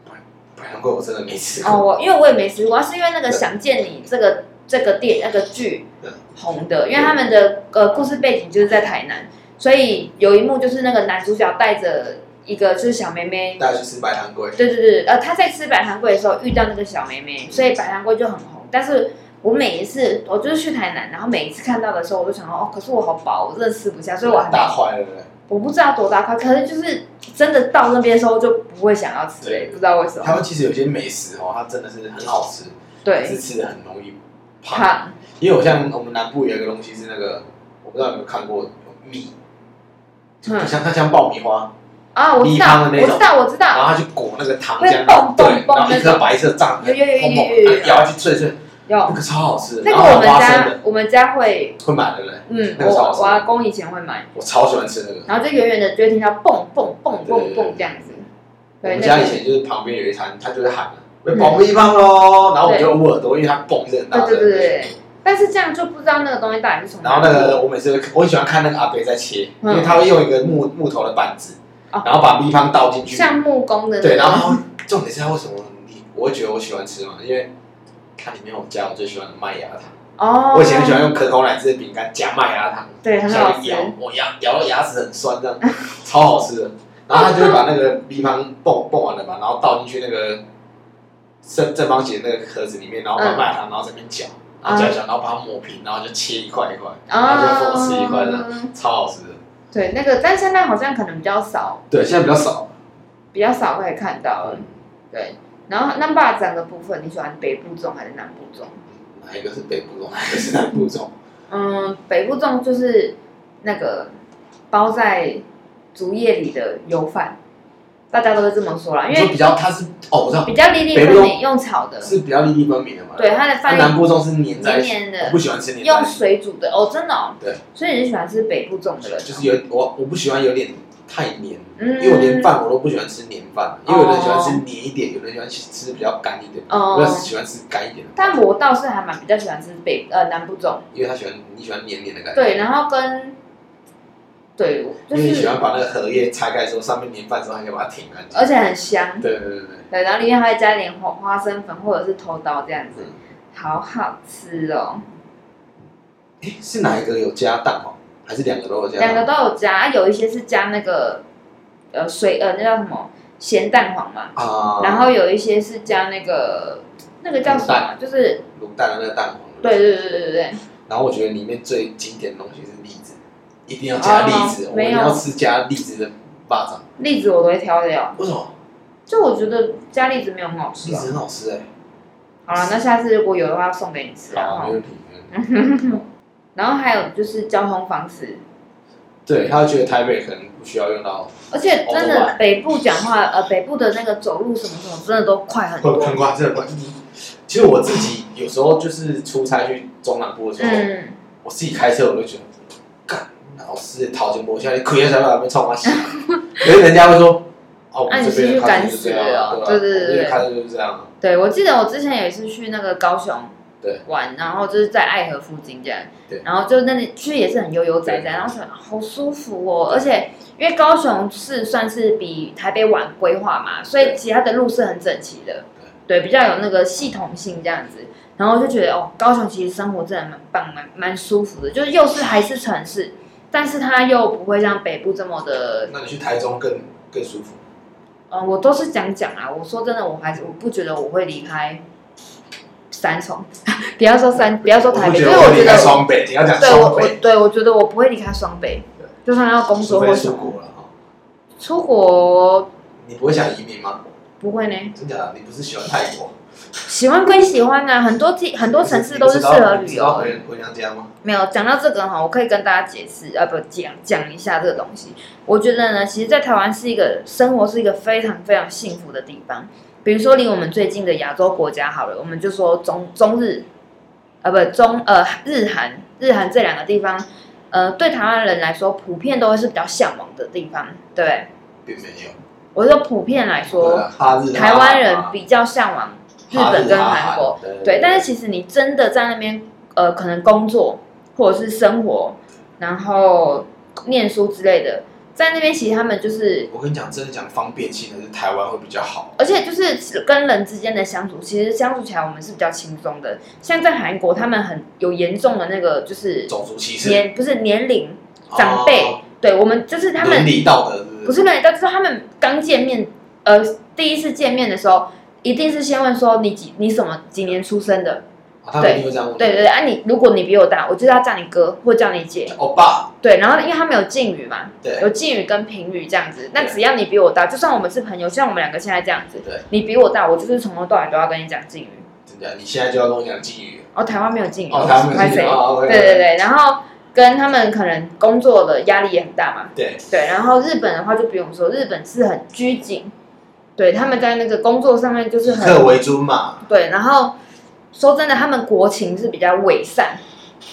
Speaker 1: 白糖桂我真的没吃
Speaker 2: 哦，
Speaker 1: 过，
Speaker 2: 我因为我也没吃过，是因为那个《想见你》这个这个电那个剧
Speaker 1: 对
Speaker 2: 红的，因为他们的呃故事背景就是在台南，所以有一幕就是那个男主角带着一个就是小妹妹，
Speaker 1: 大家去吃白糖桂，
Speaker 2: 对对对，呃，他在吃百糖柜的时候遇到那个小妹
Speaker 1: 嗯
Speaker 2: 妹，所以百糖柜就很红。但是我每一次，我就是去台南，然后每一次看到的时候，我都想说，哦，可是我好饱，我真的吃不下，所以我还没，
Speaker 1: 大坏了，对不对
Speaker 2: 我不知道多大块，可是就是真的到那边的时候就不会想要吃、
Speaker 1: 对
Speaker 2: 不知道为什
Speaker 1: 台
Speaker 2: 么。
Speaker 1: 湾其实有些美食哦，它真的是很好吃，可
Speaker 2: 对
Speaker 1: 是，吃的很容易胖。
Speaker 2: 胖，
Speaker 1: 因为我像我们南部有一个东西是那个，我不知道有没有看过米，它
Speaker 2: 嗯，
Speaker 1: 像它像爆米花，
Speaker 2: 啊，我知
Speaker 1: 米
Speaker 2: 道，
Speaker 1: 汤
Speaker 2: 我
Speaker 1: 的那
Speaker 2: 知
Speaker 1: 种
Speaker 2: 道，我知
Speaker 1: 然
Speaker 2: 道，
Speaker 1: 后它去裹那个糖
Speaker 2: 会
Speaker 1: 浆，
Speaker 2: 蹦蹦
Speaker 1: 对，
Speaker 2: 蹦
Speaker 1: 然后一
Speaker 2: 那
Speaker 1: 颗
Speaker 2: 种
Speaker 1: 白色胀
Speaker 2: 有
Speaker 1: 的，
Speaker 2: 有有
Speaker 1: 蓬
Speaker 2: 有有有
Speaker 1: 蓬，咬下去脆脆，那
Speaker 2: 有
Speaker 1: 个超好吃的。
Speaker 2: 那
Speaker 1: 然
Speaker 2: 个
Speaker 1: 后
Speaker 2: 我们
Speaker 1: 花生
Speaker 2: 家
Speaker 1: 的
Speaker 2: 我们家会，
Speaker 1: 会买的嘞，
Speaker 2: 嗯，
Speaker 1: 那个超好
Speaker 2: 我
Speaker 1: 吃
Speaker 2: 我阿公以前会买，
Speaker 1: 我超喜欢吃那个。
Speaker 2: 然后就远远的就会听到蹦蹦蹦蹦
Speaker 1: 对对对
Speaker 2: 蹦这样子。
Speaker 1: 我
Speaker 2: 对，
Speaker 1: 们
Speaker 2: 那
Speaker 1: 家
Speaker 2: 个嗯
Speaker 1: 以前就是旁边有一摊，他就会喊了，喂，保密棒喽，然后我就捂耳朵，因为它嘣一声很大
Speaker 2: 对对
Speaker 1: 声。
Speaker 2: 对对。但是这样就不知道那个东西到底是什么。
Speaker 1: 然后那个我每次我很喜欢看那个阿伯在切，因为他会用一个木木头的板子，
Speaker 2: 哦
Speaker 1: 然后把蜜方倒进去，
Speaker 2: 像木工的那
Speaker 1: 对，
Speaker 2: 种
Speaker 1: 然后重点是他为什么你我会觉得我喜欢吃嘛，因为它里面有加我最喜欢的麦芽糖，
Speaker 2: 哦，
Speaker 1: 我以前很喜欢用可口奶汁的饼干夹麦芽糖，
Speaker 2: 对，很
Speaker 1: 下
Speaker 2: 好
Speaker 1: 去
Speaker 2: 吃。哦
Speaker 1: 咬，我牙咬到牙齿很酸这样，超好 吃的。然后他就会把那个冰方蹦蹦完了嘛，然后倒进去那个正正方形的那个盒子里面，然后
Speaker 2: 嗯
Speaker 1: 把麦糖，然后在那边搅，
Speaker 2: 啊
Speaker 1: 然后加强，然后把它抹平，然后就切一块一块，然后就缝吃一块这样，
Speaker 2: 嗯
Speaker 1: 超好吃的。
Speaker 2: 对，那个，但现在好像可能比较少，
Speaker 1: 对，现在比较少。
Speaker 2: 比较少可以看到了。对，然后 number 整个部分，你喜欢北部粽还是南部粽？
Speaker 1: 哪一个是北部粽，哪一个是南部粽？
Speaker 2: 嗯，北部粽就是那个包在竹叶里的油饭，大家都是这么说 啦，因
Speaker 1: 你说
Speaker 2: 为
Speaker 1: 比较，它是哦，我知道
Speaker 2: 比较粒粒
Speaker 1: 北部
Speaker 2: 分
Speaker 1: 粽
Speaker 2: 明，用炒的，
Speaker 1: 是比较粒粒分明的嘛。
Speaker 2: 对，它的
Speaker 1: 它
Speaker 2: 饭
Speaker 1: 南部粽是黏在
Speaker 2: 黏
Speaker 1: 一起，
Speaker 2: 黏
Speaker 1: 我
Speaker 2: 的
Speaker 1: 不，喜欢吃黏在
Speaker 2: 用
Speaker 1: 一起，
Speaker 2: 水煮的哦，真的哦。
Speaker 1: 对，
Speaker 2: 所以你是喜欢吃北部粽的人哦，
Speaker 1: 就是有我我不喜欢有点太黏，
Speaker 2: 嗯，
Speaker 1: 因为我连饭我都不喜欢吃黏饭，因为有人喜欢吃黏一点，有人喜欢吃吃比较干一点，
Speaker 2: 哦
Speaker 1: 我喜欢吃干一点的，
Speaker 2: 但我倒是还蛮比较喜欢吃北呃南部粽，
Speaker 1: 因为他喜欢你喜欢黏黏的感觉。
Speaker 2: 对，然后跟对，就
Speaker 1: 因为你喜
Speaker 2: 是
Speaker 1: 欢把那个荷叶拆开之后，上面粘饭之后，还可以把它挺干净。
Speaker 2: 而且很香，
Speaker 1: 对对对对，
Speaker 2: 对，然后里面还会加一点花花生粉或者是头刀这样子，
Speaker 1: 嗯，
Speaker 2: 好好吃哦，
Speaker 1: 诶，是哪一个有加蛋黄，还是两个都有加
Speaker 2: 两个都
Speaker 1: 蛋？
Speaker 2: 有加，啊有一些是加那个呃水呃那叫什么咸蛋黄嘛，
Speaker 1: 啊，
Speaker 2: 然后有一些是加那个那个叫什么啊，就是
Speaker 1: 卤蛋的那个蛋黄。
Speaker 2: 对。对对对对对，
Speaker 1: 然后我觉得里面最经典的东西是栗子，一定要加栗子，
Speaker 2: 哦
Speaker 1: 我们一定
Speaker 2: 没有
Speaker 1: 要吃加栗子的霸掌。
Speaker 2: 栗子我都会挑掉，
Speaker 1: 为什么？
Speaker 2: 就我觉得加栗子没有很好吃
Speaker 1: 栗
Speaker 2: 啊。
Speaker 1: 子很好吃哎、
Speaker 2: 好了，那下次如果有的话送给你吃啊。
Speaker 1: 好，
Speaker 2: 哈
Speaker 1: 没问题。没问题
Speaker 2: 然后还有就是交通方式，
Speaker 1: 对，他觉得台北可能不需要用到，
Speaker 2: 而且真
Speaker 1: 哦
Speaker 2: 的北部讲话，呃，北部的那个走路什么什么，真的都快很
Speaker 1: 很
Speaker 2: 多。
Speaker 1: 很快，真的快。其实我自己有时候就是出差去中南部的时候，
Speaker 2: 嗯，
Speaker 1: 我自己开车我就觉得，干老师讨钱磨下来，可以在那边冲 啊洗。因为人家会说，哦，我
Speaker 2: 啊
Speaker 1: 们
Speaker 2: 你
Speaker 1: 这
Speaker 2: 是
Speaker 1: 边
Speaker 2: 去
Speaker 1: 的开
Speaker 2: 赶
Speaker 1: 车就
Speaker 2: 死
Speaker 1: 这样啊，
Speaker 2: 哦
Speaker 1: 对
Speaker 2: 对对对
Speaker 1: 吧我们这
Speaker 2: 对
Speaker 1: 边开车就是这样啊。
Speaker 2: 对，我记得我之前有一次去那个高雄
Speaker 1: 对
Speaker 2: 玩，然后就是在爱河附近这样
Speaker 1: 对，
Speaker 2: 然后就那里去也是很悠悠哉哉，
Speaker 1: 对
Speaker 2: 然后想啊好舒服哦，而且因为高雄市算是比台北晚规划嘛，所以
Speaker 1: 对
Speaker 2: 其他的路是很整齐的，对，比较有那个系统性这样子。然后就觉得哦，高雄其实生活真的蛮棒、蛮蛮舒服的，就是又是还是城市，但是它又不会像北部这么的
Speaker 1: 那你去台中更更舒服，
Speaker 2: 嗯，我都是讲讲啊。我说真的，我还是我不觉得我会离开三重， 不要说三，不要说台
Speaker 1: 不
Speaker 2: 北，
Speaker 1: 觉
Speaker 2: 因为
Speaker 1: 得
Speaker 2: 我觉
Speaker 1: 离开
Speaker 2: 得，
Speaker 1: 双北，你要讲
Speaker 2: 对我
Speaker 1: 双
Speaker 2: 我
Speaker 1: 北，
Speaker 2: 对我觉得我不会离开双北
Speaker 1: 对，
Speaker 2: 就算要工作
Speaker 1: 除
Speaker 2: 或
Speaker 1: 非
Speaker 2: 什
Speaker 1: 出
Speaker 2: 么
Speaker 1: 国了哈。
Speaker 2: 出国
Speaker 1: 你不会想移民吗？
Speaker 2: 不会呢。
Speaker 1: 真假的？啊你不是喜欢泰国？
Speaker 2: 喜欢归喜欢啊，很多地很多城市都是适合
Speaker 1: 你
Speaker 2: 旅
Speaker 1: 知
Speaker 2: 游
Speaker 1: 道回。回娘家吗？
Speaker 2: 没有讲到这个哈，我可以跟大家解释，呃，不讲讲一下这个东西。我觉得呢，其实，在台湾是一个生活是一个非常非常幸福的地方。比如说，离我们最近的亚洲国家好了，我们就说中中日，呃，不中呃日韩日韩这两个地方，呃，对台湾人来说，普遍都会是比较向往的地方，对不对？
Speaker 1: 并没有。
Speaker 2: 我说普遍来
Speaker 1: 对
Speaker 2: 说，
Speaker 1: 啊哈日
Speaker 2: 台湾人比较向往日本跟韩国，，
Speaker 1: 哈日哈韩
Speaker 2: 对，但是其实你真的在那边，呃，可能工作或者是生活，然后念书之类的，在那边其实他们就是，
Speaker 1: 我跟你讲，真的讲方便性的是台湾会比较好。
Speaker 2: 而且就是跟人之间的相处，其实相处起来我们是比较轻松的。像在韩国，他们很有严重的那个就是
Speaker 1: 种族歧视，
Speaker 2: 年不是年龄长辈，
Speaker 1: 哦
Speaker 2: 对我们就是他们
Speaker 1: 伦理道德是不是
Speaker 2: 不是那，但是他们刚见面，呃，第一次见面的时候，一定是先问说你几你什么几年出生的。
Speaker 1: 啊他们一定会这样问。
Speaker 2: 对对对，啊你，如果你比我大，我就是要叫你哥或叫你姐。
Speaker 1: 欧巴，
Speaker 2: 对，然后因为他们有敬语嘛，
Speaker 1: 哦对
Speaker 2: 有敬语跟评语这样子。那
Speaker 1: 对
Speaker 2: 只要你比我大，就算我们是朋友，像我们两个现在这样子，
Speaker 1: 对，
Speaker 2: 你比我大，我就是从头到尾都要跟你讲敬语。
Speaker 1: 真的，你现在就要跟我讲敬语，
Speaker 2: 哦，台湾没有敬语，
Speaker 1: 哦，他们
Speaker 2: 拍
Speaker 1: 是
Speaker 2: 谁？
Speaker 1: 哦，
Speaker 2: 对对对，然后跟他们可能工作的压力也很大嘛，
Speaker 1: 对，
Speaker 2: 对，然后日本的话就不用说，日本是很拘谨，对，他们在那个工作上面就是
Speaker 1: 以
Speaker 2: 很
Speaker 1: 客为尊嘛，
Speaker 2: 对，然后说真的，他们国情是比较伪善，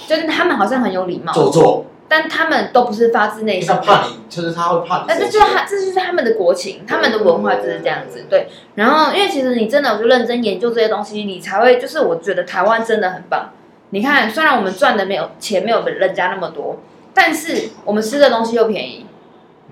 Speaker 2: 就是他们好像很有礼貌，
Speaker 1: 做作，
Speaker 2: 但他们都不是发自内
Speaker 1: 因为
Speaker 2: 心嗯
Speaker 1: 他怕
Speaker 2: 的。
Speaker 1: 你，就是他会怕你
Speaker 2: 那这
Speaker 1: 生气，
Speaker 2: 就是他，这就是他们的国情，他们的文化就是这样子。对，然后因为其实你真的就认真研究这些东西，你才会就是我觉得台湾真的很棒。你看，虽然我们赚的没有钱没有人家那么多，但是我们吃的东西又便宜。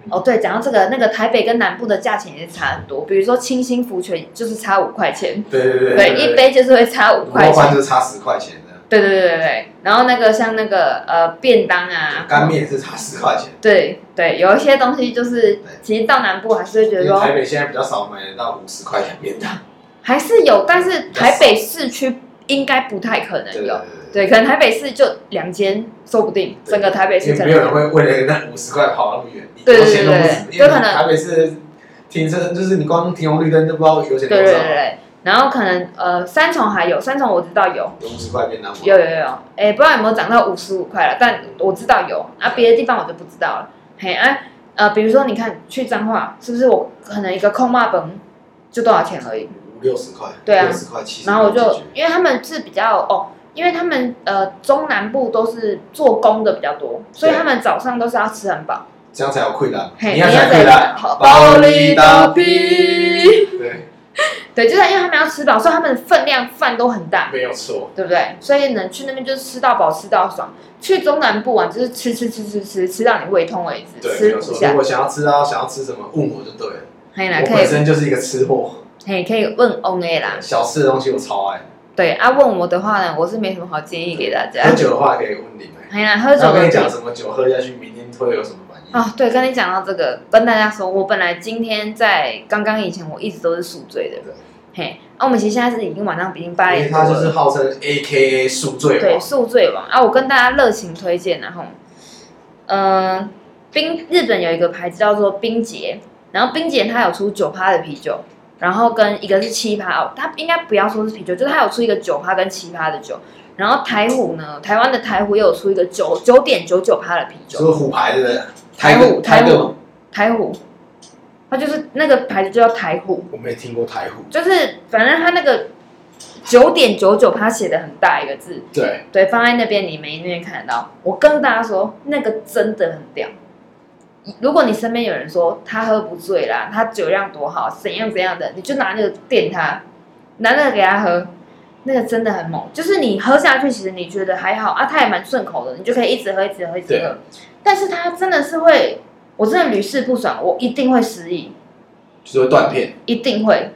Speaker 2: 哦，对，讲到这个，那个台北跟南部的价钱也差很多，比如说清新福泉就是差五块钱，
Speaker 1: 对对对
Speaker 2: 对，一杯就是会差五
Speaker 1: 五
Speaker 2: 块钱
Speaker 1: 块饭。就差十块钱的，
Speaker 2: 对对对对对，然后那个像那个呃便当啊，
Speaker 1: 干面也是差十块钱。
Speaker 2: 对对，有一些东西就是
Speaker 1: 对，
Speaker 2: 其实到南部还是会觉
Speaker 1: 因
Speaker 2: 得
Speaker 1: 为台
Speaker 2: 说
Speaker 1: 北现在比较少买得到五十块钱便当，
Speaker 2: 还是有，但是台北市区应该不太可能
Speaker 1: 对对
Speaker 2: 有。
Speaker 1: 对对
Speaker 2: 对，可能台北市就两间，说不定
Speaker 1: 对
Speaker 2: 整个台北市
Speaker 1: 因
Speaker 2: 可
Speaker 1: 为
Speaker 2: 能
Speaker 1: 没有人会为了那五十块跑那么远，你
Speaker 2: 对对
Speaker 1: 油钱都不
Speaker 2: 对对
Speaker 1: 止，
Speaker 2: 对
Speaker 1: 因为
Speaker 2: 就可能
Speaker 1: 台北市停车就是你光停红绿灯都不知道油钱多
Speaker 2: 对对对
Speaker 1: 少，
Speaker 2: 对，然后可能呃三重还有三重我知道有
Speaker 1: 有五十块便当吗？
Speaker 2: 有有有，哎、不知道有没有涨到五十五块了，但我知道有，啊，别的地方我就不知道了。嘿，啊，呃，比如说你看去彰化，是不是我可能一个空骂本就多少钱而已？
Speaker 1: 五六十块，
Speaker 2: 对啊
Speaker 1: 六十块七十，
Speaker 2: 然后我就因为他们是比较哦，因为他们呃中南部都是做工的比较多，所以
Speaker 1: 对
Speaker 2: 他们早上都是要吃很饱。
Speaker 1: 这样才有溃烂，
Speaker 2: 嘿，
Speaker 1: 你要才
Speaker 2: 怎
Speaker 1: 溃烂，
Speaker 2: 样？暴力打
Speaker 1: 屁，
Speaker 2: 拼。
Speaker 1: 对，
Speaker 2: 对，就是因为他们要吃饱，所以他们的分量饭都很大。
Speaker 1: 没有错，
Speaker 2: 对不对？所以能去那边就是吃到饱，吃到爽。去中南部玩就是吃吃吃吃吃，吃到你胃痛为止，
Speaker 1: 对，没
Speaker 2: 吃
Speaker 1: 有
Speaker 2: 不
Speaker 1: 错。如
Speaker 2: 下。
Speaker 1: 果想要吃到想要吃什么，问我就对了，
Speaker 2: 嘿啦，
Speaker 1: 我
Speaker 2: 可
Speaker 1: 本
Speaker 2: 以啊
Speaker 1: 身就是一个吃货，
Speaker 2: 嘿可以问 on A 啦。
Speaker 1: 小吃的东西我超爱，
Speaker 2: 对啊，问我的话呢，我是没什么好建议给大家
Speaker 1: 喝。酒的话可以问你们，
Speaker 2: 嘿啦，啊喝
Speaker 1: 然
Speaker 2: 酒
Speaker 1: 后跟你讲
Speaker 2: 的。
Speaker 1: 什么酒喝下去，明天会有什么反应？
Speaker 2: 啊，对，跟你讲到这个，跟大家说，我本来今天在刚刚以前，我一直都是宿醉的
Speaker 1: 对。
Speaker 2: 嘿，啊，我们其实现在是已经晚上已经八
Speaker 1: 因为
Speaker 2: 点多
Speaker 1: 他就
Speaker 2: 了
Speaker 1: 是。号称 A K A 宿醉
Speaker 2: 对，
Speaker 1: 王，
Speaker 2: 宿醉王啊，我跟大家热情推荐然后，呃，冰日本有一个牌子叫做冰杰，然后冰杰它有出九趴的啤酒，然后跟一个是七趴哦，它应该不要说是啤酒，就是它有出一个九趴跟七趴的酒，然后台虎呢，台湾的台虎也有出一个九九点九九趴的啤酒，
Speaker 1: 说虎牌对不对？
Speaker 2: 台虎
Speaker 1: 台
Speaker 2: 台
Speaker 1: 虎
Speaker 2: 虎，台虎，它就是那个牌子就叫台虎，
Speaker 1: 我没听过台虎，
Speaker 2: 就是反正它那个九点九九它写的很大一个字，
Speaker 1: 对，
Speaker 2: 对，放在那边你没那边看得到。我跟大家说，那个真的很屌。如果你身边有人说他喝不醉啦，他酒量多好，怎样怎样的，你就拿那个电他，拿那个给他喝，那个真的很猛。就是你喝下去，其实你觉得还好啊，它也蛮顺口的，你就可以一直喝，一直喝，一直
Speaker 1: 对啊
Speaker 2: 喝。但是它真的是会，我真的屡试不爽，我一定会失忆，
Speaker 1: 就说断片。
Speaker 2: 一定会。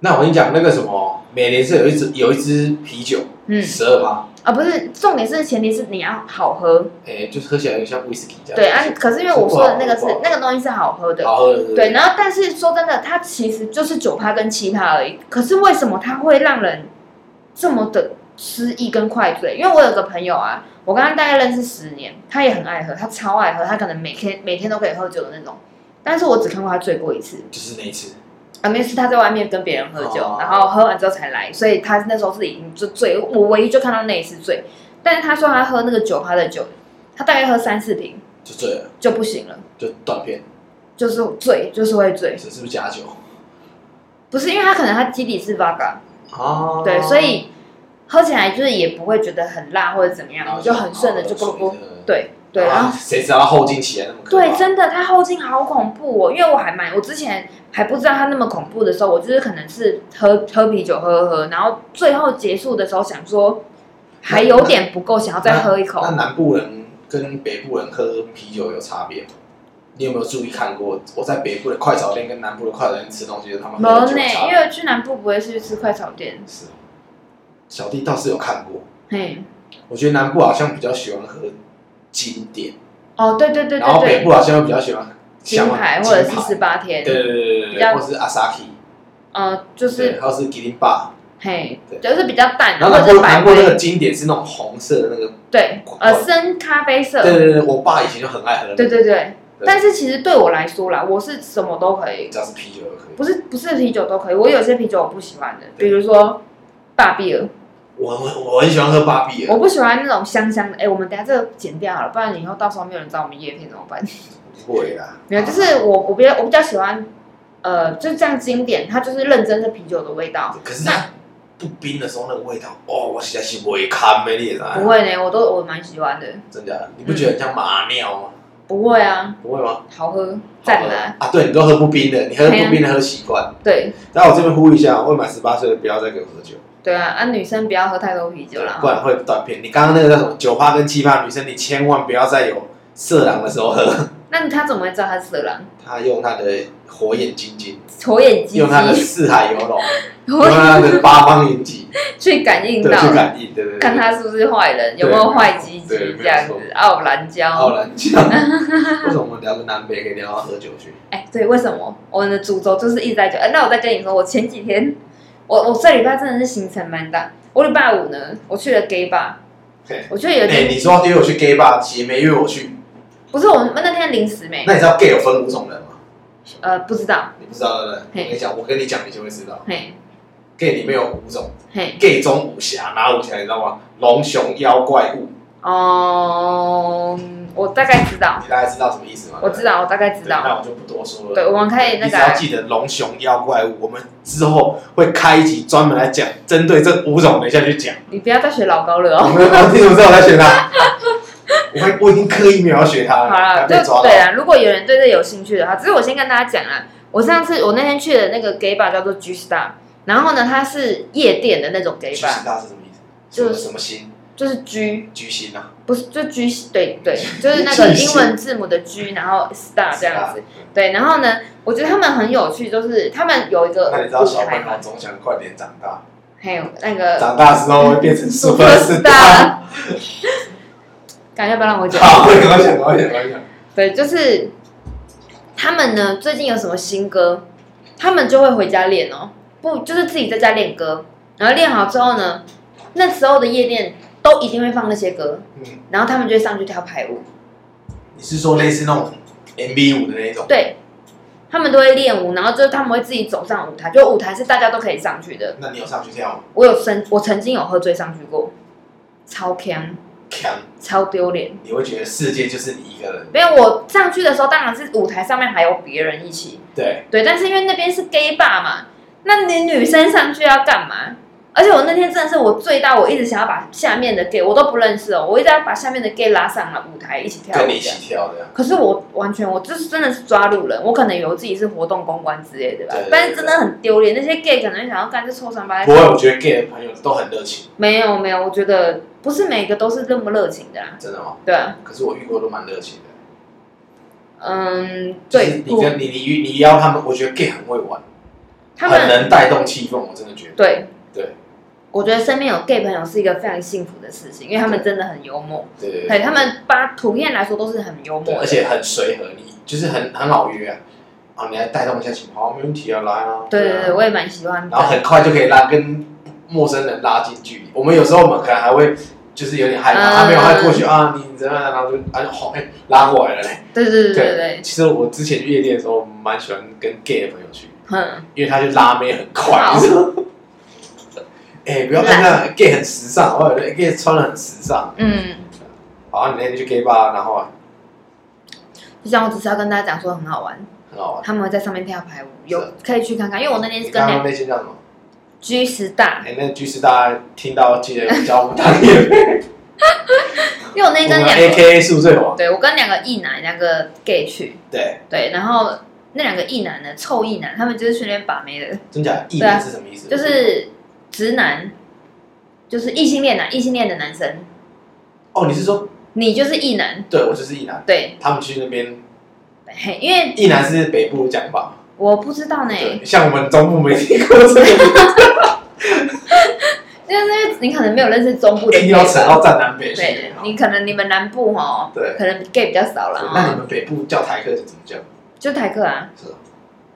Speaker 1: 那我跟你讲，那个什么，美联社有一支有一支啤酒，
Speaker 2: 嗯
Speaker 1: 十二趴，
Speaker 2: 啊，不是，重点是前提是你要好喝，
Speaker 1: 哎，就是喝起来有点像威士忌这样。
Speaker 2: 对啊。可是因为我说的那个是
Speaker 1: 不好
Speaker 2: 那个东西是好喝的，
Speaker 1: 好喝的。
Speaker 2: 对，，然后但是说真的，它其实就是九趴跟七趴而已。可是为什么它会让人这么的失忆跟快醉？因为我有个朋友啊，我跟他大概认识十年，他也很爱喝，他超爱喝，他可能每天每天都可以喝酒的那种。但是我只看过他醉过一次，嗯
Speaker 1: 就是那一次。
Speaker 2: 啊，没有是他在外面跟别人喝酒，
Speaker 1: 哦
Speaker 2: 然后喝完之后才来，所以他那时候是已经就醉。我唯一就看到那一次醉，但是他说他喝那个九趴的酒，他大概喝三四瓶
Speaker 1: 就醉了，
Speaker 2: 就不行了，
Speaker 1: 就断片，
Speaker 2: 就是醉，就是会醉
Speaker 1: 这。是不是假酒
Speaker 2: 不是因为他可能他基底是 vodka，、
Speaker 1: 啊？
Speaker 2: 对，所以喝起来就是也不会觉得很辣或者怎
Speaker 1: 啊
Speaker 2: 么样，就很
Speaker 1: 哦
Speaker 2: 顺的就咕噜咕噜。。对对，然后、
Speaker 1: 谁知道它后劲起来那么可怕？
Speaker 2: 对，真的他后劲好恐怖哦，因为我还蛮我之前还不知道他那么恐怖的时候，我就是可能是喝喝啤酒喝喝喝，然后最后结束的时候想说还有点不够，想要再喝一口
Speaker 1: 那。南部人跟北部人喝啤酒有差别吗？你有没有注意看过？我在北部的快炒店跟南部的快炒店吃东西，他们
Speaker 2: 没
Speaker 1: 喝
Speaker 2: 呢
Speaker 1: 的酒有差
Speaker 2: 因
Speaker 1: 别。
Speaker 2: 为去南部不会去吃快炒店，
Speaker 1: 是，小弟倒是有看过。
Speaker 2: 嘿，
Speaker 1: 我觉得南部好像比较喜欢喝经典，
Speaker 2: 哦，对对对
Speaker 1: 然后
Speaker 2: 对
Speaker 1: 北
Speaker 2: 对，
Speaker 1: 部好像会比较喜欢
Speaker 2: 金
Speaker 1: 像
Speaker 2: 牌或者是十
Speaker 1: 金牌
Speaker 2: 八天，
Speaker 1: 对对对对对
Speaker 2: 比较
Speaker 1: 对，或是阿萨 k
Speaker 2: 呃，就是
Speaker 1: 对，还有是吉林霸，
Speaker 2: 嘿，
Speaker 1: 对
Speaker 2: 就是比较淡，
Speaker 1: 然
Speaker 2: 或
Speaker 1: 后
Speaker 2: 者
Speaker 1: 南部
Speaker 2: 是
Speaker 1: 南
Speaker 2: 百
Speaker 1: 部那个
Speaker 2: 威，
Speaker 1: 经典是那种红色的那个，
Speaker 2: 对，呃，深咖啡色，
Speaker 1: 哦对对对，我爸以前就很爱喝那个，
Speaker 2: 对对对。
Speaker 1: 对
Speaker 2: 但是其实对我来说啦，我是什么都可以，
Speaker 1: 只要是啤酒都可以。
Speaker 2: 不是不是啤酒都可以。我有些啤酒我不喜欢的，
Speaker 1: 对
Speaker 2: 比如说大碧尔，
Speaker 1: 我我我很喜欢喝芭比尔，
Speaker 2: 我不喜欢那种香香的。哎，我们等一下这个剪掉好了，不然以后到时候没有人知道我们叶片怎么 办？
Speaker 1: 不会啊啦，
Speaker 2: 没有，就是我我比较我比较喜欢，呃，就是这样经典，它就是认真的啤酒的味道。
Speaker 1: 可是它不冰的时候那个味道，哦，我实在是不会堪的，你也知道吗
Speaker 2: 不会呢，我都我蛮喜欢的。
Speaker 1: 真假的，你不觉得很像马尿吗？
Speaker 2: 不会啊，
Speaker 1: 不会吗？
Speaker 2: 好喝，赞啦，
Speaker 1: 啊！对，你都喝不冰的，你喝不冰的喝习惯。
Speaker 2: 对
Speaker 1: 那我这边呼吁一下，未满十八岁的不要再给我喝酒，
Speaker 2: 对啊，啊，女生不要喝太多啤酒啦
Speaker 1: 不。然会断片。你刚刚那个叫什么九趴跟七趴女生，你千万不要再有色狼的时 候喝。
Speaker 2: 那他怎么会知道他是色狼？
Speaker 1: 他用他的火眼金睛，
Speaker 2: 火眼金
Speaker 1: 用他的
Speaker 2: 睛，
Speaker 1: 四海游龙，用
Speaker 2: 火
Speaker 1: 他的八方云集，
Speaker 2: 去感应
Speaker 1: 对，
Speaker 2: 到，
Speaker 1: 去感应，对对对。
Speaker 2: 看他是不是坏人，
Speaker 1: 对
Speaker 2: 有没有坏鸡鸡
Speaker 1: 对没有
Speaker 2: 这样
Speaker 1: 错
Speaker 2: 子，啊傲兰
Speaker 1: 好
Speaker 2: 娇。
Speaker 1: 了，你讲为什么我们聊个南北可以聊到喝酒去？
Speaker 2: 哎、对，为什么我们的主轴就是一直在讲？哎、那我再跟你说，我前几天，我我这礼拜真的是行程蛮大。我礼拜五呢，我去了 gay 吧
Speaker 1: 嘿，
Speaker 2: 我觉得有
Speaker 1: 哎、
Speaker 2: 点
Speaker 1: 你说约我去 gay bar，姐没约我去，
Speaker 2: 不是我们那天临时没
Speaker 1: 那，你知道 gay 有分五种人吗？
Speaker 2: 呃，不知道，
Speaker 1: 你不知道对不对？
Speaker 2: 嘿
Speaker 1: 我跟你讲，我跟你讲，你就会知道
Speaker 2: 嘿，
Speaker 1: ，gay 里面有五种
Speaker 2: 嘿，
Speaker 1: ，gay 中武侠，哪武侠你知道吗？龙熊妖怪物，
Speaker 2: 哦，我大概知道，
Speaker 1: 你大概知道什么意思吗？
Speaker 2: 我知道，我大概知
Speaker 1: 对
Speaker 2: 道，
Speaker 1: 那我就不多说了。
Speaker 2: 对，我们可以那
Speaker 1: 你只要
Speaker 2: 个，
Speaker 1: 记得龙熊妖怪物，我们之后会开一集专门来讲，针对这五种，等一下去讲。
Speaker 2: 你不要再学老高了
Speaker 1: 我
Speaker 2: 哦。
Speaker 1: 没有，你怎么知道我在学他？我会我已经刻意没有要学他
Speaker 2: 好
Speaker 1: 了，还
Speaker 2: 啦，
Speaker 1: 被
Speaker 2: 就
Speaker 1: 抓到
Speaker 2: 对。啦，啊如果有人对这有兴趣的话，只是我先跟大家讲啊，我上次我那天去的那个 gay bar 叫做 G Star，然后呢，它是夜店的那种 gay
Speaker 1: 巨
Speaker 2: bar，
Speaker 1: 星大是什么意思？
Speaker 2: 就是
Speaker 1: 什么什么星？
Speaker 2: 就是 G，
Speaker 1: 巨星啊？
Speaker 2: 不是就 G，对对，就是那个
Speaker 1: 巨
Speaker 2: 英
Speaker 1: 星
Speaker 2: 文字母的 G，然后 Star 啊这样子
Speaker 1: 是。
Speaker 2: 对，然后呢，我觉得他们很有趣，就是他们有一个
Speaker 1: 啊。那你知道
Speaker 2: 舞
Speaker 1: 小
Speaker 2: 台
Speaker 1: 朋友
Speaker 2: 嘛，
Speaker 1: 总想快点长大，
Speaker 2: 还有那个，
Speaker 1: 长大之后会 变成 super
Speaker 2: Superstar
Speaker 1: star。
Speaker 2: 感觉要不要让我 讲？
Speaker 1: 好，赶快想，赶快想，赶快想。
Speaker 2: 对，就是他们呢，最近有什么新歌，他们就会回家练哦，不就是自己在家练歌，然后练好之后呢，那时候的夜店都一定会放那些歌，
Speaker 1: 嗯，
Speaker 2: 然后他们就会上去跳排舞，
Speaker 1: 你是说类似那种 MV 舞的那一种？
Speaker 2: 对。他们都会练舞，然后就是他们会自己走上舞台，就舞台是大家都可以上去的。
Speaker 1: 那你有上去跳吗？
Speaker 2: 我有曾我曾经有喝醉上去过，超强，
Speaker 1: 强，
Speaker 2: 超丢脸。
Speaker 1: 你会觉得世界就是你一个人。
Speaker 2: 没有，我上去的时候当然是舞台上面还有别人一起，
Speaker 1: 对，
Speaker 2: 对，但是因为那边是 gay bar 嘛，那你女生上去要干嘛？而且我那天真的是我醉到，我一直想要把下面的 gay 我都不认识哦，我一直要把下面的 gay 拉上来舞台一起跳舞
Speaker 1: 跟你
Speaker 2: 这
Speaker 1: 一
Speaker 2: 样。
Speaker 1: 起跳的。
Speaker 2: 可是我完全我就是真的是抓路人，我可能以为我自己是活动公关之类的吧，
Speaker 1: 对对对
Speaker 2: 但是真的很丢脸。那些 gay 可能想要干这臭三八，
Speaker 1: 不会，我觉得 gay 的朋友都很热情，
Speaker 2: 没有没有，我觉得不是每个都是那么热情的啦，
Speaker 1: 真的哦。
Speaker 2: 对啊，
Speaker 1: 可是我遇过都蛮热情的。
Speaker 2: 嗯，
Speaker 1: 就是
Speaker 2: 对，
Speaker 1: 你跟你你你邀他们，我觉得 gay 很会玩，
Speaker 2: 他们
Speaker 1: 很能带动气氛，我真的觉得。
Speaker 2: 对
Speaker 1: 对，
Speaker 2: 我觉得身边有 gay 朋友是一个非常幸福的事情，因为他们真的很幽默，
Speaker 1: 对对
Speaker 2: 对他们把普遍来说都是很幽默
Speaker 1: 对，
Speaker 2: 的，
Speaker 1: 而且很随和，你就是很很好约啊。啊，你来带动一下情况，好没问题啊，来啊。
Speaker 2: 对对
Speaker 1: 啊
Speaker 2: 对，我也蛮喜欢
Speaker 1: 然后
Speaker 2: 的。
Speaker 1: 很快就可以拉跟陌生人拉近距离。我们有时候我们可能还会就是有点害怕，
Speaker 2: 嗯
Speaker 1: 啊没有害过去啊，你怎么样？然后就啊就好哎拉过来了。
Speaker 2: 对对对对
Speaker 1: 对
Speaker 2: 对，
Speaker 1: 其实我之前去夜店的时候，蛮喜欢跟 gay 的朋友去，
Speaker 2: 嗯，
Speaker 1: 因为他就拉妹很快
Speaker 2: 好。
Speaker 1: 哎、不要看那 gay 很时尚，我有的 gay 穿的很时尚。
Speaker 2: 嗯，
Speaker 1: 好，你那天去 gay bar，然后啊
Speaker 2: 就像我只是要跟大家讲说很好玩，
Speaker 1: 很好玩。
Speaker 2: 他们会在上面跳排舞，
Speaker 1: 是
Speaker 2: 有可以去看看，因为我那天
Speaker 1: 你
Speaker 2: 是跟
Speaker 1: 刚
Speaker 2: 那
Speaker 1: 刚那些叫什么？
Speaker 2: G 十大，
Speaker 1: 哎、那句是大家听到记得教我 们当夜，
Speaker 2: 因为我那
Speaker 1: 我
Speaker 2: 天
Speaker 1: 们
Speaker 2: 跟
Speaker 1: A
Speaker 2: 两个，
Speaker 1: K A 宿醉王。
Speaker 2: 对我跟两个异男两个 gay 去，
Speaker 1: 对，
Speaker 2: 对，然后那两个异男呢，臭异男，他们就是训练把妹的，
Speaker 1: 真假的？意
Speaker 2: 对啊
Speaker 1: 男是什么意思？
Speaker 2: 就是直男，就是异性恋男，异性恋的男生，
Speaker 1: 哦，你是说
Speaker 2: 你就是异男，
Speaker 1: 对我就是意男，
Speaker 2: 对，
Speaker 1: 他们去那边
Speaker 2: 嘿，因为
Speaker 1: 意男是北部讲法，
Speaker 2: 我不知道呢，
Speaker 1: 对，像我们中部没听过 这
Speaker 2: 就
Speaker 1: 个，
Speaker 2: 是因为你可能没有认识中部的
Speaker 1: 硬
Speaker 2: gay
Speaker 1: 要扯
Speaker 2: 吧，
Speaker 1: 到站南北去
Speaker 2: 对。，你可能你们南部哦，
Speaker 1: 对
Speaker 2: 可能 gay 比较少了
Speaker 1: 那你
Speaker 2: 哦，
Speaker 1: 们北部叫台客是怎么叫？
Speaker 2: 就台客啊
Speaker 1: 是啊，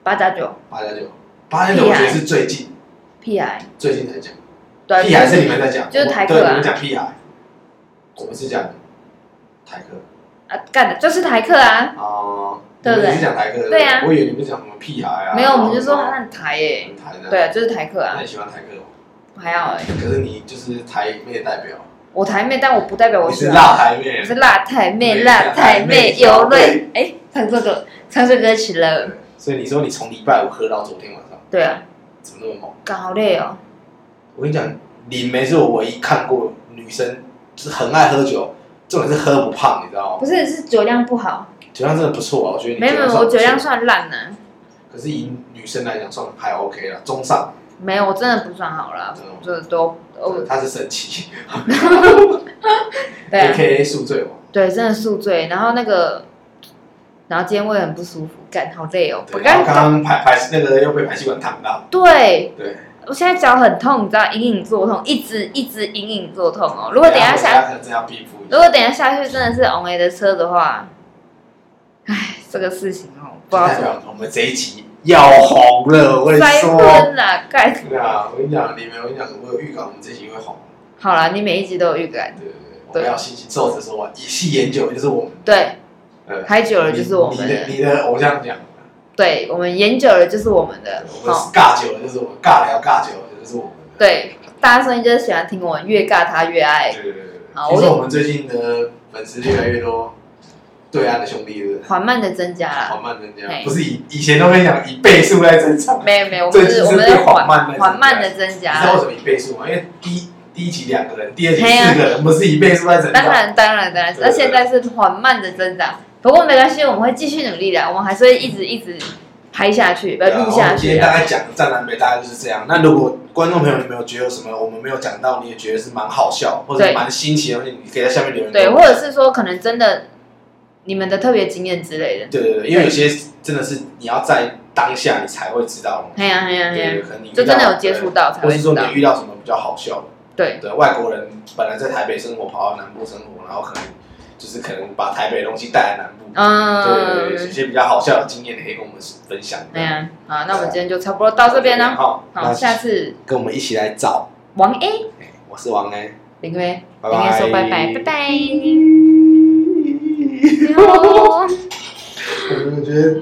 Speaker 2: 八加九
Speaker 1: 八加九，八加九我觉得是最近
Speaker 2: 屁孩，
Speaker 1: 最近才讲，
Speaker 2: 对啊，
Speaker 1: 屁孩是你们在讲，
Speaker 2: 就是
Speaker 1: 我
Speaker 2: 台客啊
Speaker 1: 对，你们讲屁孩，我们是讲台客。
Speaker 2: 啊干的，就是台客啊，
Speaker 1: 哦，
Speaker 2: 对不对
Speaker 1: 你们是讲台客，
Speaker 2: 对啊
Speaker 1: 我以为你们讲什么屁孩啊。
Speaker 2: 没有，我们就说他
Speaker 1: 然后
Speaker 2: 很台耶，
Speaker 1: 很台的。
Speaker 2: 对，啊，就是台客
Speaker 1: 那
Speaker 2: 啊，
Speaker 1: 你喜欢台客吗？
Speaker 2: 还好哎，
Speaker 1: 可是你就是台妹代表，
Speaker 2: 我台妹，但我不代表我
Speaker 1: 你是
Speaker 2: 啊
Speaker 1: 辣台妹
Speaker 2: 我。是辣太妹，
Speaker 1: 对
Speaker 2: 辣太妹尤
Speaker 1: 辣太妹
Speaker 2: 瑞，哎，唱这个唱这歌曲了，
Speaker 1: 对所以你说你从礼拜五喝到昨天晚上，
Speaker 2: 对啊，
Speaker 1: 怎么那么猛？
Speaker 2: 干好累哦，
Speaker 1: 我跟你讲，李梅是我唯一看过女生就是很爱喝酒，重点是喝不胖，你知道吗？
Speaker 2: 不是是酒量不好，
Speaker 1: 酒量真的不错啊，我觉得你
Speaker 2: 没有没
Speaker 1: 量
Speaker 2: 有，
Speaker 1: 算
Speaker 2: 我
Speaker 1: 不错
Speaker 2: 酒量，算烂呢、
Speaker 1: 可是以女生来讲算还 OK 了，中上。
Speaker 2: 没有，我真的不算好啦，
Speaker 1: 真的吗
Speaker 2: 就是都哦，
Speaker 1: 她是神奇
Speaker 2: 对啊，
Speaker 1: ，A.K.A 宿醉王。
Speaker 2: 对，真的宿醉，然后那个，然后今天胃很不舒服，干好累哦，我
Speaker 1: 对，然后
Speaker 2: 刚
Speaker 1: 刚刚排排那个又被排气管烫到，
Speaker 2: 对
Speaker 1: 对，
Speaker 2: 我现在脚很痛，你知道，隐隐作痛，一直一直隐隐作痛哦。如果等一下下，
Speaker 1: 啊真要逼迫
Speaker 2: 如果等一下下去真的是 on A 的车的话，唉，这个事情哦，不知道
Speaker 1: 代
Speaker 2: 怎么
Speaker 1: 表我们这一集要红了，我 跟你
Speaker 2: 塞
Speaker 1: 说。
Speaker 2: 婚啦，干。
Speaker 1: 对啊，我跟你讲，你们，我跟你讲，我有预感，我们这一集会红。
Speaker 2: 好啦，你每一集都有预感
Speaker 1: 对，对对，我们要细细皱着说完，一细研究就是我们。
Speaker 2: 对，
Speaker 1: 呃，
Speaker 2: 拍久了就是我
Speaker 1: 你
Speaker 2: 们
Speaker 1: 你的
Speaker 2: 的，
Speaker 1: 你的偶像讲，
Speaker 2: 对我们演久了就是我们的，哦
Speaker 1: 我们
Speaker 2: 好，
Speaker 1: 尬久了就是我们，尬聊尬久了就是我们的。
Speaker 2: 对，大家声音就是喜欢听我们越尬他越爱，
Speaker 1: 对对对对。
Speaker 2: 好
Speaker 1: 听
Speaker 2: 我
Speaker 1: 说我们最近的粉丝越来越多，对岸的兄弟是不是
Speaker 2: 缓慢的增加啦。
Speaker 1: 缓慢增加，
Speaker 2: 啊嘿
Speaker 1: 不是以以前都跟你讲以倍数在增长，
Speaker 2: 没有没有，我
Speaker 1: 最
Speaker 2: 们
Speaker 1: 近
Speaker 2: 是我
Speaker 1: 是
Speaker 2: 们
Speaker 1: 变
Speaker 2: 在
Speaker 1: 缓
Speaker 2: 缓
Speaker 1: 慢在增加
Speaker 2: 缓慢的增加
Speaker 1: 你知道为什，么一倍数吗？因为第一第一集两个人，第二集
Speaker 2: 嘿啊
Speaker 1: 四个人，我们是以倍数在增
Speaker 2: 当
Speaker 1: 长。
Speaker 2: 然当然当然，
Speaker 1: 对对对
Speaker 2: 那现在是缓慢的增长，不过没关系，我们会继续努力的，我们还是会一直一直拍下去，不
Speaker 1: 对啊
Speaker 2: 录
Speaker 1: 我
Speaker 2: 下
Speaker 1: 们今
Speaker 2: 去
Speaker 1: 天大
Speaker 2: 啊。
Speaker 1: 概讲的站南北大概就是这样。那如果观众朋友你们有觉得有什么我们没有讲到，你也觉得是蛮好笑或者
Speaker 2: 对
Speaker 1: 蛮新奇的东西，你可以在下面留言跟
Speaker 2: 对，
Speaker 1: 我
Speaker 2: 或
Speaker 1: 们讲。
Speaker 2: 者是说可能真的你们的特别经验之类的，
Speaker 1: 对对对，因为有些真的是你要在当下你才会知道的东西。
Speaker 2: 嘿呀嘿呀
Speaker 1: 对
Speaker 2: 嘿呀
Speaker 1: 对，，可能你遇到
Speaker 2: 就真的有接触到才
Speaker 1: 或
Speaker 2: 会
Speaker 1: 是
Speaker 2: 知
Speaker 1: 说
Speaker 2: 道
Speaker 1: 你，遇到什么比较好笑
Speaker 2: 对
Speaker 1: 的，。对外国人本来在台北生活，跑到南部生活，然后可能就是可能把台北的东西带来南部，对对对，有
Speaker 2: 嗯，
Speaker 1: 些比较好笑的经验，你可以跟我们分享。
Speaker 2: 对呀，好，那我们今天就差不多到这边了。
Speaker 1: 好，
Speaker 2: 好，
Speaker 1: 那
Speaker 2: 下次
Speaker 1: 跟我们一起来找。
Speaker 2: 王 A
Speaker 1: 哎我是王安，
Speaker 2: 林威，
Speaker 1: 拜
Speaker 2: 林威
Speaker 1: 拜，
Speaker 2: 说拜拜，拜。拜。哟
Speaker 1: 我觉得。